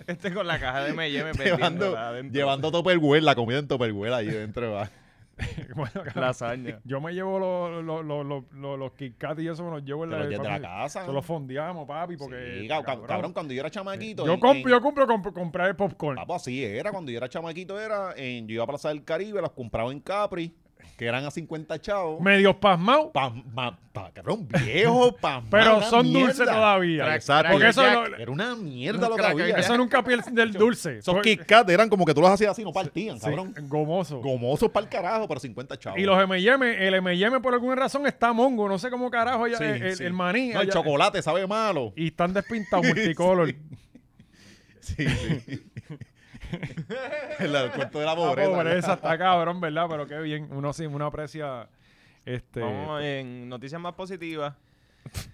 Este con la caja de me
llevando, llevando Tupperware, la comida en Tupperware ahí dentro. Ah, va.
Bueno, cabrón,
lasaña.
yo me llevo los, los, los, los, los, los Kit Kat y eso me los llevo en
Pero
la,
desde
papi,
la casa.
Se los fondeamos, papi, porque... pues,
Sí, cab- cabrón, cuando yo era chamaquito.
Yo
en-
compro,
en-
yo compro comp- comprar el popcorn.
Papo, así era. Cuando yo era chamaquito, era en, yo iba a Plaza del Caribe, las compraba en Capri, que eran a 50 chavos.
Medio pasmado,
Pa, ma- pa- cabrón, viejo, pa,
pero
una
son
mierda.
dulces todavía.
Exacto.
Porque eso,
Jack,
no-
era una mierda lo que había.
eso nunca pierde del dulce.
Esos
Porque-
Kit Kat eran como que tú los hacías así, no partían,
sí,
cabrón.
gomoso.
Gomosos para el carajo, pero 50 chavos.
Y los M&M, el M&M por alguna razón está mongo, no sé cómo carajo ya-
Sí,
el, el-
sí.
el maní.
No, el
allá-
chocolate sabe malo.
Y están despintados multicolor. Ah,
Sí, sí. el, el cuento de la
La
pobreza.
pobreza pues, está cabrón, ¿verdad? Pero qué bien, uno sí, uno aprecia este...
Vamos en noticias más positivas.
Sí,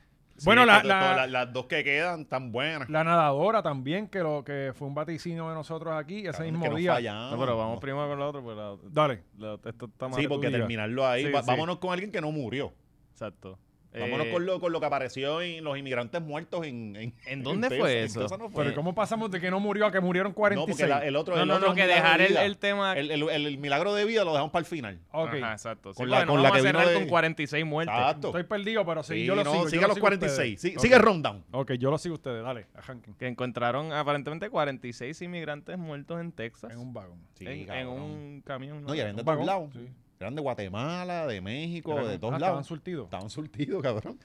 Bueno, la-
to- to-
la-
la- las dos que quedan tan buenas.
La nadadora también, que lo que fue un vaticino de nosotros aquí ese
Cabrón,
mismo
que no
día.
fallamos.
No, pero Ah, vamos primero con la otra, pues la,
Dale.
la- esto está más
Sí, porque
reducida.
terminarlo ahí.
Sí,
Va-
sí.
Vámonos con alguien que no murió.
Exacto.
Vámonos
Eh,
con, lo, con lo que apareció en los inmigrantes muertos en. ¿En,
¿En dónde fue
Texas.
eso?
En Texas no fue.
Pero ¿y ¿cómo pasamos de que no murió a que murieron
No,
46?
porque la- el otro.
No,
el
no,
otro
no,
es
que
milagro
dejar
de
el,
vida.
el tema.
El, el- el- el milagro de vida lo dejamos para el final.
Ok.
Ajá, exacto. Sí,
Con la-
bueno,
con la
vamos
que
a
vino
cerrar
de-
con 46 muertes.
Exacto.
Estoy perdido, pero sí,
Sí,
yo lo
no,
sigo. yo
sigue
lo
a los
sigo
46.
ustedes.
Sí,
Ok.
Sigue rundown.
Ok, yo lo sigo a ustedes. Dale, arranquen.
Que encontraron aparentemente 46 inmigrantes muertos en Texas.
En un vagón.
Sí,
en, en
cabrón.
un camión.
No, y eran de
Un
todos
vagón,
lados.
sí.
Eran de Guatemala, de México,
Era
de
como-
todos
ah, Estaban
lados.
surtidos.
Estaban surtidos, cabrón.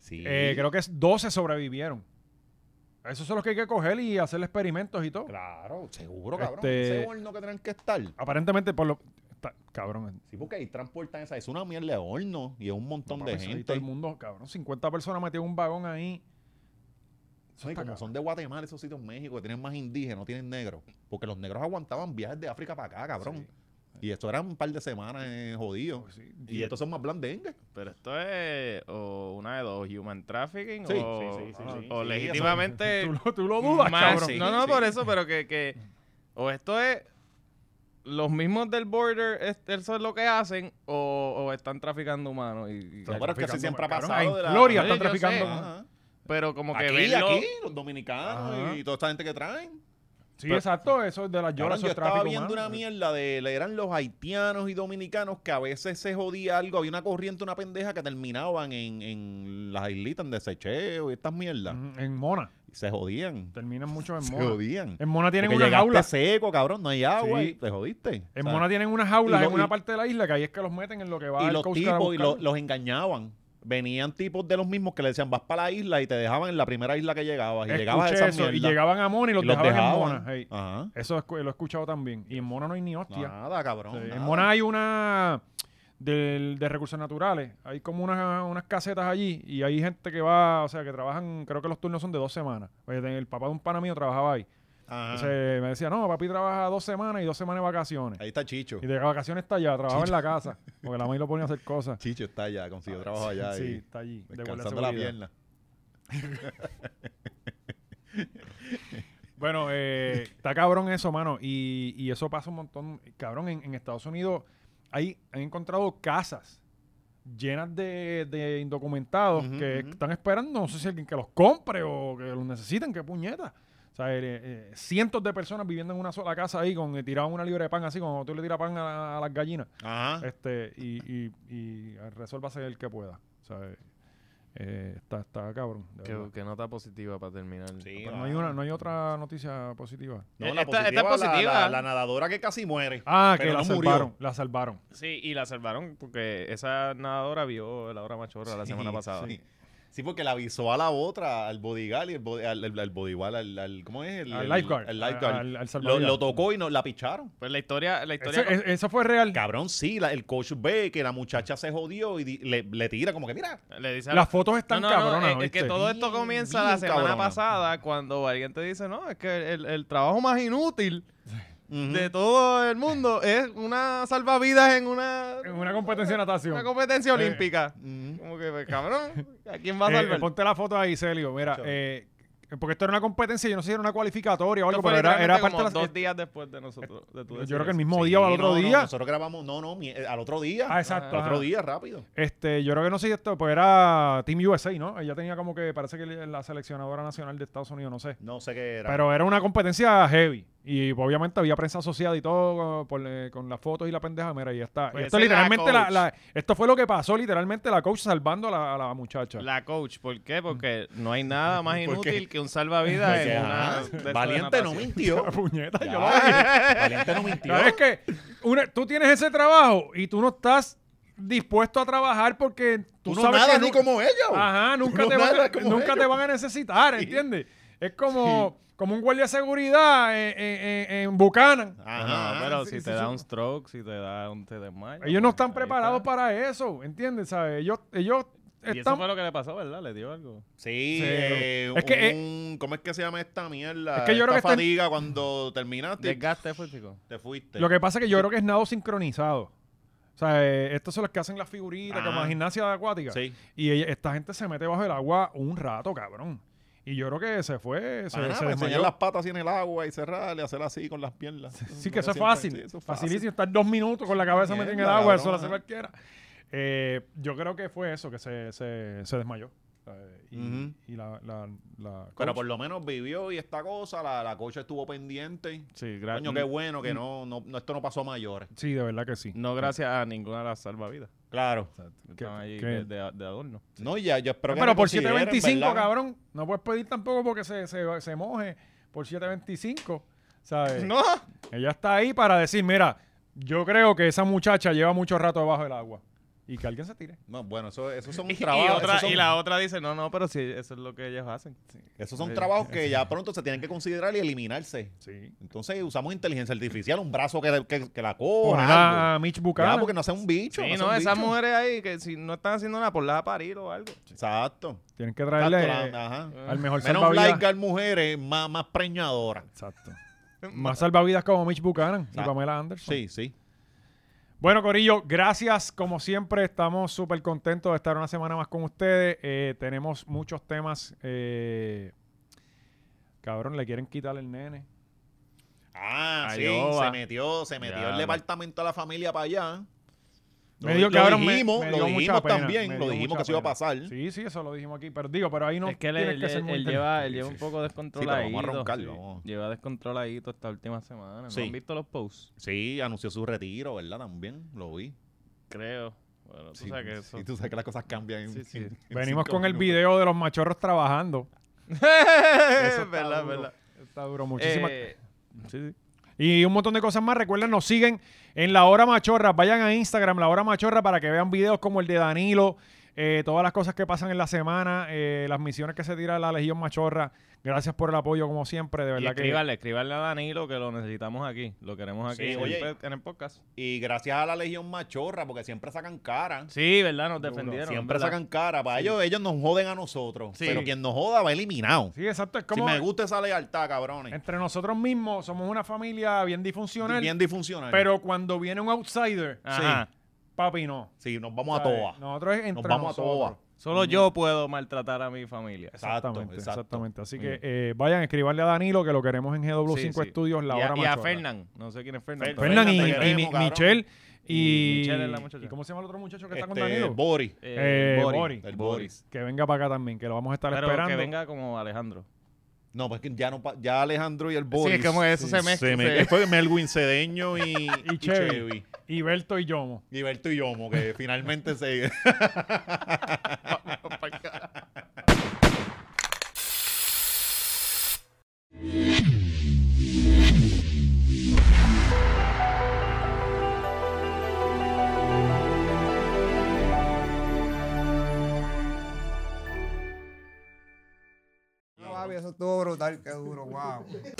Sí.
Eh, creo que es 12 sobrevivieron. Esos son los que hay que coger y hacer experimentos y todo.
Claro, seguro, cabrón.
Este-
Ese horno que tenían que estar.
Aparentemente, por lo. ta- cabrón.
Sí, porque ahí transportan esa. Es una mierda de horno y es un montón
no,
de
papi, eso ahí Todo
gente.
el mundo, cabrón. 50 personas metidas en un vagón ahí.
No, y
está
como
cabrón.
son de Guatemala, esos sitios en México, que tienen más indígenas, no tienen negros. Porque los negros aguantaban viajes de África para acá, cabrón. Y esto eran un par de semanas eh, jodidos.
Pues sí.
Y estos son más blandengues.
Pero esto es o una de dos, human trafficking
Sí,
o,
sí, sí, sí,
o-
sí, sí,
o
sí,
legítimamente
Tú lo, tú lo dudas,
más-
cabrón.
No, no,
este Sí,
por
sí.
eso, pero que, que o esto es los mismos del border, es- eso es lo que hacen o, o están traficando humanos. y- y-
Pero para que
traficando,
así siempre ha
cabrón.
pasado.
En
de la-
Gloria
Sí,
está
yo sé.
traficando.
Ajá.
pero como que
Aquí,
verlo-
aquí, los dominicanos
Ajá.
y toda esta gente que traen.
Sí,
Pero-
exacto. Eso es de las
Cabrón,
lloras. Eso
yo
es
estaba
tráfico
viendo
humano.
una mierda de, le eran los haitianos y dominicanos que a veces se jodía algo, había una corriente, una pendeja que terminaban en, en las islitas en desecheo y estas mierdas.
Ujú, En Mona.
Y se jodían.
Terminan muchos en
Se
Mona.
jodían.
En Mona tienen
Porque
una
llegaste
jaula.
seco, cabrón, no hay agua
Sí.
y te jodiste.
En
O sea,
Mona tienen unas jaulas
y lo-
en una
y-
parte de la isla que ahí es que los meten en lo que va
y
el
los
Coast Guard a
tipos y lo-
buscarlos.
los engañaban. Venían tipos de los mismos que le decían, vas para la isla y te dejaban en la primera isla que llegabas. Y llegabas a
Escuché
esa
eso,
mierda.
y llegaban a Mona y los, dejaban, en Mona. hey.
Ajá.
Eso escu- lo he escuchado también. Y en Mona no hay ni hostia.
Nada, cabrón.
Sí, En
nada.
Mona hay una del- de recursos naturales. Hay como unas, unas casetas allí y hay gente que va, o sea, que trabajan, creo que los turnos son de dos semanas. Oye, El papá de un pana mío trabajaba ahí.
Ajá.
Entonces me decía, no, papi trabaja dos semanas y dos semanas de vacaciones.
Ahí está Chicho.
Y de vacaciones está allá, trabajaba en la casa, porque la maíz lo ponía a hacer cosas.
Chicho está allá, consiguió trabajo allá.
Ah, Sí,
y
está allí. de guardia de
descansando la
seguridad.
pierna.
Bueno, eh, está cabrón eso, mano. Y, y eso pasa un montón. Cabrón, en, en Estados Unidos hay, han encontrado casas llenas de, de indocumentados
Ujú,
que
ujú.
están esperando, no sé si alguien que los compre o que los necesiten, qué puñeta. O sea, eh, eh, cientos de personas viviendo en una sola casa ahí, con eh, tiraban una libra de pan así, como tú le tiras pan a, a las gallinas.
Ajá.
Este, y, y, y resuélvase el que pueda. O sea, eh, eh, está, está cabrón. de verdad.
Que, que nota positiva para terminar.
Sí,
Pero no hay, una, no hay
Ah.
otra noticia positiva.
No, la
Esta- esta es
positiva, la-
positiva.
La, la nadadora que casi muere.
Ah,
Pero
que la
no murió.
salvaron, la salvaron.
Sí, y la salvaron porque esa nadadora vio la hora machorra la semana pasada.
Sí. Sí, porque le avisó a la otra, al bodyguard y el body- al, al- al bodyguard, al, al- ¿cómo es? El,
Al
el-
lifeguard.
el lifeguard.
Al- al
lo,
salvavidas.
lo tocó y no, la picharon.
Pues la historia, la historia.
Ese- e- Eso fue real.
Cabrón, sí, la- el coach ve que la muchacha se jodió y di- le, le tira como que, mira,
le dice a la-
Las fotos están
No, no, no,
cabronas,
es- es, que
¿oíste?
todo esto
Bien,
comienza
bien
la semana
cabrona.
pasada cuando alguien te dice, no, es que el, el trabajo más inútil
ujú,
de todo el mundo es una salvavidas en una,
En una competencia de natación.
una competencia olímpica.
ujú.
Como que, pues, cabrón, ¿a quién va a
Eh,
salvar?
eh, ponte la foto ahí, Celio. Mira,
Chavo.
eh, porque esto era una competencia, yo no sé si era una cualificatoria o
Esto
algo,
fue
pero era, era
literalmente
parte de
como
las-
dos días después de nosotros. de
Yo creo
tu
que el
decisión.
mismo
Sí,
día o al otro
no, no,
día.
nosotros grabamos, no, no, mi- eh, al otro día.
Ah, exacto.
Al otro
ajá.
día, rápido.
Este, yo creo que no sé si esto, pues era Team USA, ¿no? Ella tenía como que, parece que la seleccionadora nacional de Estados Unidos, no sé.
No sé qué era.
Pero era una competencia heavy. Y obviamente había prensa asociada y todo por, eh, con las fotos y la pendeja. Mira, y ya está.
Pues
Y esto
esa es la
literalmente, la-
coach.
la- esto fue lo que pasó, literalmente, la coach salvando a la, a la muchacha.
La coach, ¿por qué? Porque no hay nada más
¿Por qué?
inútil que un salvavidas
Porque,
en
ajá,
una. de esto de
Valiente no
natación.
mintió.
Puñeta,
Ya,
yo lo dije.
Valiente no mintió.
Claro, es que una- tú tienes ese trabajo y tú no estás dispuesto a trabajar porque tú,
Tú no
sabes
nadas
que
ni
nu-
como ellos.
Ajá, nunca,
no
te, van
nadas
a,
como
nunca te
ellos.
van a necesitar, ¿entiendes? Es como, como un guardia de seguridad en, en- en- en Buchanan.
Ah,
Ajá,
No, pero
sí,
si
sí,
te
sí.
da un stroke, si te da un te desmayo,
Ellos no
pues,
están
ahí
preparados
está.
para eso, ¿entiendes? ¿Sabes? Ellos, ellos
Y eso
están...
fue lo que le pasó, ¿verdad? Le dio algo.
Sí,
Sí.
eh,
Es que,
un- ¿cómo es que se llama esta mierda?
Es que yo creo
Esta
que está en-
fatiga cuando terminaste,
Desgaste físico.
te fuiste.
Lo que pasa es que yo creo que es nado sincronizado. O sea, eh, estos son los que hacen las figuritas,
Ajá.
como la gimnasia acuática.
Sí.
Y ella- esta gente se mete bajo el agua un rato, cabrón. Y yo creo que se fue, se, se
Ajá, pues, enseñar
desmayó.
las patas así en el agua y cerrarle, hacer así con las piernas.
Sí, que eso es
Siempre-
fácil.
sí, eso es fácil.
Facilísimo. Estar dos minutos con la cabeza metida en el
Mierda,
agua, eso lo
cabrón,
hace
ajá.
cualquiera. Eh, yo creo que fue eso, que se, se, se desmayó. Eh, y
Ujú.
y la, la, la
Pero
coach-
por lo menos vivió y esta cosa, la, la cocha estuvo pendiente.
Sí,
Ah, mm,
Coño, qué bueno que no, no, no- esto no pasó a mayores.
Sí, de verdad que sí.
No gracias a ninguna de las salvavidas.
Claro.
Que-
Están allí
que-
de, de- de adorno.
No, ya, yo espero que
Eh, Pero por
reconsideren,
725,
¿verdad?
cabrón, no puedes pedir tampoco porque se, se, se moje por 725. ¿Sabes?
¡No!
Ella está ahí para decir, mira, yo creo que esa muchacha lleva mucho rato debajo del agua. Y que alguien se tire.
No, bueno, eso, esos son
Y,
trabajos.
otra,
esos son-
y la otra dice, no, no, pero sí, eso es lo que ellos hacen.
Esos son trabajos que ya pronto se tienen que considerar y eliminarse.
Sí.
Entonces usamos inteligencia artificial, un brazo que, que, que la coja.
Poner
algo.
a Mitch
Ya,
Buchanan.
porque no sea un bicho.
Sí,
sea
no,
un
esas
bicho.
mujeres ahí que si no están haciendo nada, por las a parir o algo.
Exacto.
Tienen que
Exacto,
traerle
la-
eh,
ajá.
al mejor
Menos
salvavidas.
lifeguard mujeres, más, más preñadoras.
Exacto. Más salvavidas como Mitch Buchanan y
Exacto.
Pamela Anderson.
Sí, sí.
Bueno, Corillo, gracias. Como siempre, estamos súper contentos de estar una semana más con ustedes. Eh, tenemos muchos temas. eh, Cabrón, le quieren quitar el nene.
Ah,
Ay,
sí,
boba.
se metió, se metió
Ya,
el
no.
departamento a la familia para allá.
Me
lo,
dio,
lo
cabrón, me-
dijimos,
me
lo
dio
dijimos
mucha pena,
también,
me
lo
dio
dijimos
mucha
que eso iba a
pena.
pasar.
Sí, sí, eso lo dijimos aquí. Pero digo, pero ahí no
es que él,
tienes
él-
que ser
él
muy
lleva,
inteligente.
él lleva un poco
Sí,
descontroladito.
pero vamos a roncar,
sí.
vamos.
Lleva descontroladito esta última semana. ¿No
Sí.
han visto los posts?
Sí, anunció su retiro, ¿verdad? También lo vi.
Creo. Bueno, tú
Sí,
sabes que
sí,
eso...
tú sabes que las cosas cambian. en-
Sí, sí.
en- en
Venimos
cinco
con el
minutos.
video de los machorros trabajando. Eso está
verdad,
duro,
verdad.
Está duro, muchísimas
Eh, sí, sí.
Y un montón de cosas más. Recuerden, nos siguen en La Hora Machorra. Vayan a Instagram, La Hora Machorra, para que vean videos como el de Danilo, eh, todas las cosas que pasan en la semana, eh, las misiones que se tira la Legión Machorra. Gracias por el apoyo, como siempre. De
Y
verdad que.
escríbanle, escríbanle a Danilo que lo necesitamos aquí. Lo queremos aquí
Sí,
en,
oye.
el, pe- en el podcast.
Y gracias a la Legión Machorra, porque siempre sacan cara.
Sí, ¿verdad? Nos defendieron.
Siempre
¿verdad?
sacan cara. Para ellos, ellos nos joden a nosotros.
Sí.
Pero quien nos joda va eliminado.
Sí, exacto. Es
Si
como.
me gusta esa lealtad, cabrones.
Entre nosotros mismos somos una familia bien disfuncional.
Bien disfuncional.
pero cuando viene un outsider,
Ajá.
papi, no.
Sí, nos vamos a
¿Sabes?
toa.
Nosotros es
Nos
entre
vamos
nosotros.
a toa.
Solo yo puedo maltratar a mi familia.
Exacto,
Exactamente,
exacto.
exactamente. Así
Muy
que
bien.
eh, vayan a escribirle a Danilo que lo queremos en GW5
Sí, sí.
Estudios, la
y
hora
a, y a
machorra.
Fernan. No sé quién es Fernan.
Fer-
pero-
Fernan y, eh,
Fernan, te
y Mi-
queremos, cabrón.
Michelle
Y
y,
Michelle es la muchacha.
¿y ¿Cómo se llama el otro muchacho que está con
Este,
Danilo?
Boris.
Eh,
Boris.
Boris.
El Boris.
Que venga para acá también, que lo vamos a estar
Pero
esperando.
que venga como Alejandro.
No, pues que ya, no, pa- ya Alejandro y el Boris.
es como eso se mezcla, se-
Fue Melwin Cedeño y,
Y
y
Chevy.
Chevy.
Y Berto y Yomo.
Y Berto y Yomo, que finalmente se...
brutal, qué duro, wow.